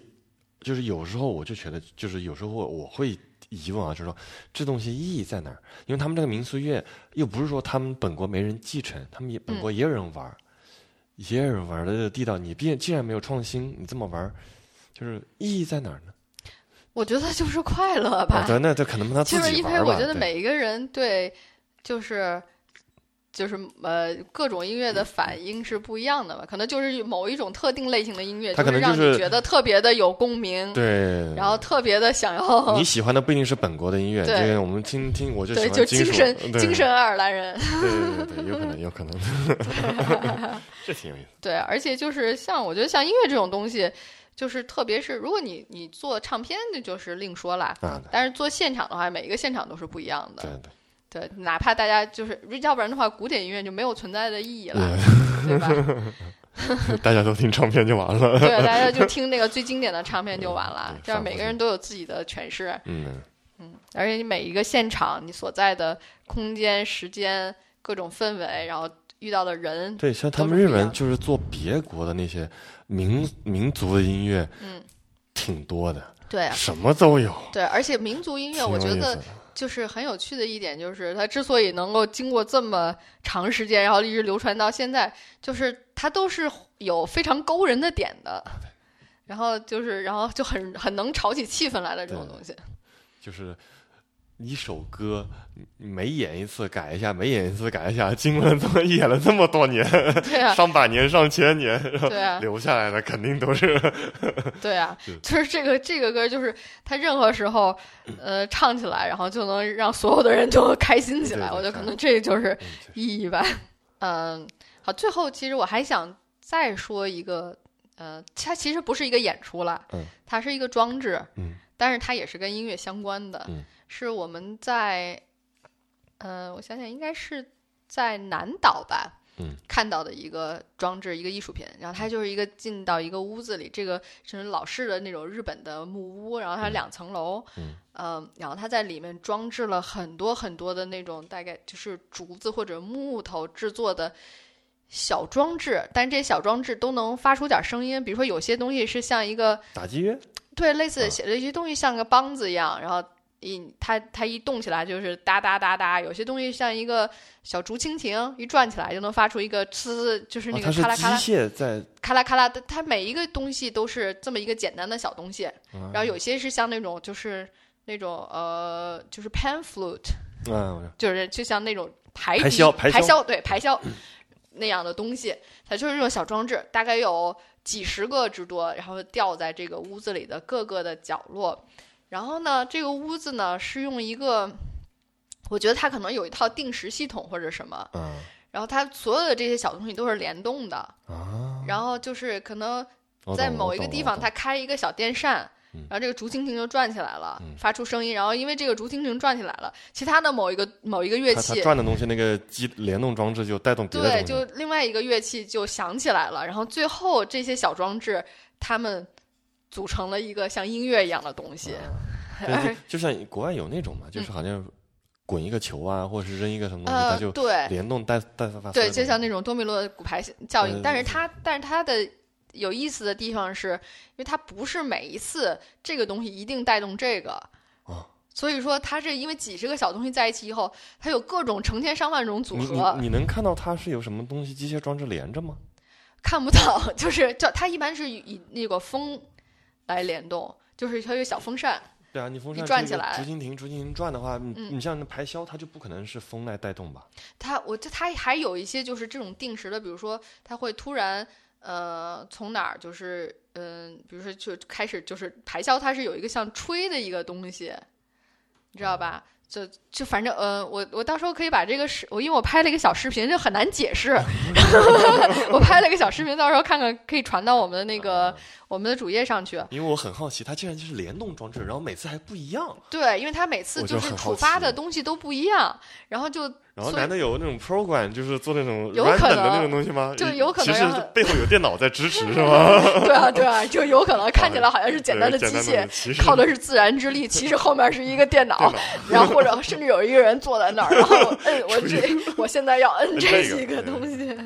S1: 就是有时候我就觉得，就是有时候我会疑问啊，就是说这东西意义在哪儿？因
S2: 嗯
S1: 为他们这个民俗乐又不是说他们本国没人继承，他们也本国也有人玩儿，一些人玩的地道，你毕既然没有创新，你这么玩儿，就是意义在哪儿呢？
S2: 我觉得就是快乐吧
S1: 啊，，对，那就可能他自
S2: 就是
S1: 己
S2: 因
S1: 玩
S2: 为
S1: 儿吧。
S2: 我觉得
S1: 对
S2: 每一个人对，就是就是呃各种音乐的反应是不一样的吧，可能就是某一种特定类型的音乐，
S1: 它可能
S2: 是让
S1: 就是
S2: 你觉得特别的有共鸣，
S1: 对，
S2: 嗯然后特别的想要
S1: 你喜欢的不一定是本国的音乐，
S2: 对
S1: 这个我们听听，我就喜
S2: 对，
S1: 欢
S2: 就
S1: 金
S2: 精
S1: 属
S2: 神
S1: 对
S2: 精神爱尔兰人，
S1: 对对对对，有可 能，有可能，这挺有意思。
S2: 对，而且就是像我觉得像音乐这种东西，就是特别是如果你你做唱片，那就是另说啦。
S1: 啊
S2: 但是做现场的话，每一个现场都是不一样
S1: 对
S2: 的，
S1: 对，
S2: 对，哪怕大家就是，要不然的话，古典音乐就没有存在的意义了，对吧？
S1: 对大家都听唱片就完了。
S2: 对，大家就听那个最经典的唱片就完了
S1: 嗯对，
S2: 这样每
S1: 反复
S2: 个人都有自己的诠释，
S1: 嗯，
S2: 而且你每一个现场，你所在的空间、时间、各种氛围，然后遇到的人，
S1: 对，像他
S2: 都
S1: 们
S2: 是
S1: 日
S2: 不一样
S1: 本
S2: 的
S1: 就是做别国的那些民民族的音乐，
S2: 嗯，
S1: 挺多的，
S2: 对啊
S1: 什么都有。
S2: 对，而且民族音
S1: 挺
S2: 乐，
S1: 有
S2: 我觉
S1: 意
S2: 得
S1: 思的
S2: 就是很有趣的一点，就是它之所以能够经过这么长时间，然后一直流传到现在，就是它都是有非常勾人的点 的，然后就是，然后就很很能炒起气氛来的这种
S1: 对
S2: 东西。
S1: 就是一首歌，每演一次改一下，每演一次改一下，经过了这么 演了这么多年，
S2: 对啊，
S1: 上百年、上千年，
S2: 对啊，
S1: 留下来的肯定都是
S2: 对啊
S1: 是，
S2: 就是这个这个歌，就是它任何时候，呃，唱起来，然后就能让所有的人都开心起来。
S1: 对对
S2: 我觉得可
S1: 对
S2: 能这就是
S1: 嗯对
S2: 意义吧。 嗯，好，最后其实我还想再说一个，呃，它其实不是一个演出啦，
S1: 嗯
S2: 它是一个装置，
S1: 嗯，
S2: 但是它也是跟音乐相关的，
S1: 嗯
S2: 是我们在，呃，我想想，应该是在南岛吧。
S1: 嗯
S2: 看到的一个装置，一个艺术品，然后它就是一个进到一个屋子里，这个是老式的那种日本的木屋，然后它
S1: 嗯
S2: 两层楼，
S1: 嗯
S2: 呃，然后它在里面装置了很多很多的那种大概就是竹子或者木头制作的小装置，但这些小装置都能发出点声音，比如说有些东西是像一个
S1: 打击乐，
S2: 对类似
S1: 啊
S2: 写的一些东西像个梆子一样，然后一它它一动起来就是哒哒哒哒，有些东西像一个小竹蜻蜓，一转起来就能发出一个呲，就是那
S1: 哦，
S2: 个
S1: 它是
S2: 咔啦
S1: 机
S2: 咔啦
S1: 械在，
S2: 咔啦咔啦的，它每一个东西都是这么一个简单的小东西，
S1: 然
S2: 然后有些是像那种就是那种呃就是 pan flute，
S1: 啊，我
S2: 就是就像那种排
S1: 排
S2: 笛
S1: 箫嗯排
S2: 排
S1: 箫
S2: 箫对排箫那样的东西，它就是这种小装置，大概有几十个之多，然后吊在这个屋子里的各个的角落。然后呢，这个屋子呢是用一个，我觉得它可能有一套定时系统或者什么，
S1: 啊
S2: 然后它所有的这些小东西都是联动的，
S1: 啊，
S2: 然后就是可能
S1: 我
S2: 在
S1: 懂了
S2: 某
S1: 我
S2: 一个
S1: 懂
S2: 地
S1: 了
S2: 方，
S1: 我
S2: 它开一个小电扇
S1: 嗯，
S2: 然后这个竹蜻蜓就转起来了
S1: 嗯，
S2: 发出声音。然后因为这个竹蜻蜓转起来了，其他的某一个某一个乐
S1: 它它
S2: 器，
S1: 转的东西，那个机联动装置就带动别的
S2: 对，
S1: 东
S2: 就
S1: 西。
S2: 另外一个乐器就响起来了。然后最后这些小装置，它们组成了一个像音乐一样的东
S1: 啊
S2: 西。
S1: 对，就就像国外有那种嘛，就是好像滚一个球啊，或者是扔一个什么东西，它
S2: 呃，
S1: 就
S2: 对
S1: 联动带带发。
S2: 对，就像那
S1: 种
S2: 种多米诺骨牌效应，
S1: 对
S2: 但是
S1: 对
S2: 它但是它的。有意思的地方是，因为它不是每一次这个东西一定带动这个，
S1: 啊，
S2: 所以说，它是因为几十个小东西在一起以后，它有各种成千上万种组
S1: 你你
S2: 合，
S1: 你能看到它是有什么东西机械装置连着吗？
S2: 看不到。 就是就它一般是以以那个风来联动，就是它有小风扇，
S1: 对啊，你风
S2: 一
S1: 扇
S2: 转
S1: 是
S2: 起
S1: 一个
S2: 来
S1: 竹蜻蜓，竹蜻蜓转的话，你
S2: 嗯
S1: 你像那排箫，它就不可能是风来带动吧？
S2: 它我就它还有一些就是这种定时的，比如说它会突然呃从哪儿就是嗯、比如说就开始就是排箫，它是有一个像吹的一个东西，你知
S1: 哦
S2: 道吧？就就反正呃，我我到时候可以把这个视，我因为我拍了一个小视频，就很难解 释。我拍了一个小视频，到时候看看可以传到我们的那个
S1: 啊，
S2: 我们的主页上去。
S1: 因为我很好奇，它竟然就是联动装置，然后每次还不一样，
S2: 对，因为它每次
S1: 我
S2: 就
S1: 就是很
S2: 触
S1: 好
S2: 发
S1: 奇
S2: 的东西都不一样，然后就
S1: 然后
S2: 所以
S1: 难道有那种 program 就是做那种
S2: 有
S1: random
S2: 可
S1: 的那
S2: 能
S1: 种东西吗？
S2: 就
S1: 也
S2: 有可能
S1: 其实
S2: 让它
S1: 背后有电脑在支 持是吗？
S2: 对啊对啊，就有可能看起来好像是简单的
S1: 对
S2: 机
S1: 简单的，，
S2: 械
S1: 其实
S2: 靠的是自然之力，其实后面是一个电脑
S1: 电，脑
S2: 然后或者甚至有一个人坐在那儿，然 后我摁我这我现在要摁
S1: 摁
S2: 这
S1: 这个
S2: 几个
S1: 对
S2: 东西，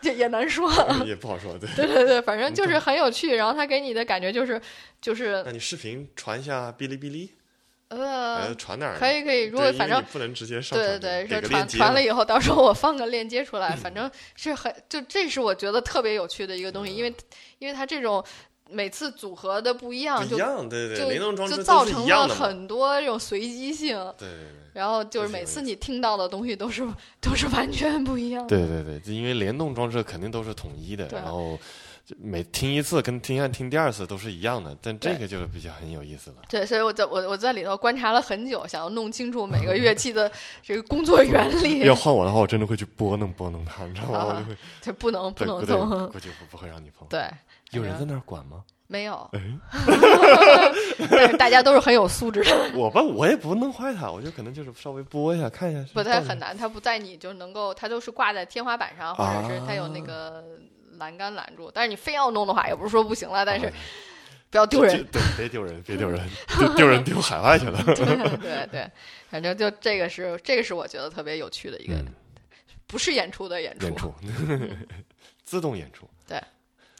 S2: 这也难说。
S1: 也不好说，对。
S2: 对对对，反正
S1: 嗯
S2: 就是很有趣。然后它给你的感觉就是就是
S1: 那你视频传一下哔哩哔哩，哎
S2: 呃，
S1: 传点儿
S2: 可以可以，如果
S1: 对因
S2: 反
S1: 为
S2: 正
S1: 你不能直接上
S2: 对
S1: 传，
S2: 对
S1: 给
S2: 对，
S1: 个链
S2: 说传
S1: 接嗯
S2: 传
S1: 嘛
S2: 了以后，到时候我放个链接出来，反正是很就这是我觉得特别有趣的一个东西，
S1: 嗯
S2: 因为因为它这种每次组合的不一样，
S1: 不
S2: 就
S1: 一样，对对，
S2: 就
S1: 对雷能装置
S2: 就
S1: 都
S2: 造
S1: 是
S2: 成
S1: 一样
S2: 了
S1: 的嘛，
S2: 很嗯多这种随机性。
S1: 对对对。
S2: 然后就是
S1: 这挺
S2: 每
S1: 有
S2: 次
S1: 意
S2: 你听到的东西都 是都是完全不一样的。
S1: 对对对，就因为联动装置肯定都是统一的，
S2: 对
S1: 然后就每听一次跟听按听第二次都是一样的，但这
S2: 对
S1: 个就比较很有意思了。
S2: 对，所以我在我我在里头观察了很久，想要弄清楚 每个乐器的这个工作原理，
S1: 要换我的话，我真的会去拨弄拨弄它，你知道吗？
S2: 啊
S1: 我就会
S2: 就不能不
S1: 对
S2: 能啊哎
S1: 不对，
S2: 动。
S1: 估计不不会让你碰。
S2: 对，
S1: 有人在那儿管吗？
S2: 没有，
S1: 哎，
S2: 但是大家都是很有素质的，
S1: 我吧，我也不弄坏它，我就可能就是稍微拨一下看一下是
S2: 不
S1: 到底。
S2: 太很难。它不在你就能够，它都是挂在天花板上，或者是它有那
S1: 啊
S2: 个栏杆拦住。但是你非要弄的话，也不是说不行了，但是
S1: 哎
S2: 不要丢
S1: 这
S2: 人。
S1: 这对，别丢人，别丢人，丢丢人丢海外去了。
S2: 对 对对，反正就这个是这个是我觉得特别有趣的一个，
S1: 嗯，
S2: 不是演出的演 出。
S1: 演出， 自动演出。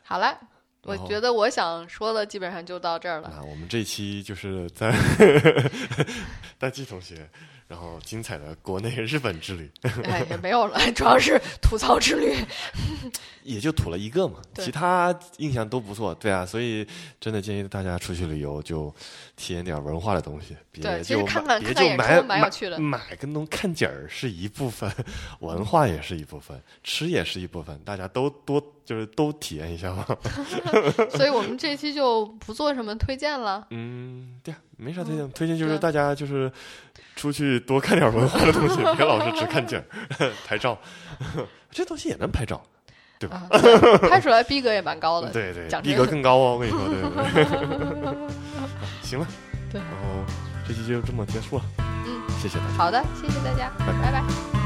S2: 好了，我
S1: 然后啊
S2: 觉得我想说的基本上就到这儿了。
S1: 那我们这期就是在 大季同学，然后精彩的国内日本之旅，
S2: 哎，也没有了，主要是吐槽之旅。
S1: 也就吐了一个嘛，
S2: 对
S1: 其他印象都不错，对啊，所以真的建议大家出去旅游就体验点文化的东西，别
S2: 对其实
S1: 就
S2: 看
S1: 买
S2: 看
S1: 别
S2: 看看
S1: 就
S2: 演
S1: 买
S2: 出蛮有趣的
S1: 买买跟东看景儿是一部分，文化也是一部分，吃也是一部分，大家都多就是都体验一下嘛。
S2: 所以我们这期就不做什么推荐了。
S1: 嗯，啊对啊，没啥推荐，推荐就
S2: 对
S1: 是大家就是出去多看点文化的东西，别老是只看景儿 拍照，这东西也能拍照。
S2: 啊，对拍出来逼格也蛮高的。
S1: 对对，
S2: 讲
S1: 逼
S2: 这
S1: 格
S2: 个
S1: 更高哦，我跟你说，对对对。行了，
S2: 对
S1: 然后这期就这么结束了，
S2: 嗯，
S1: 谢谢大家。
S2: 好的，谢谢大家，拜拜。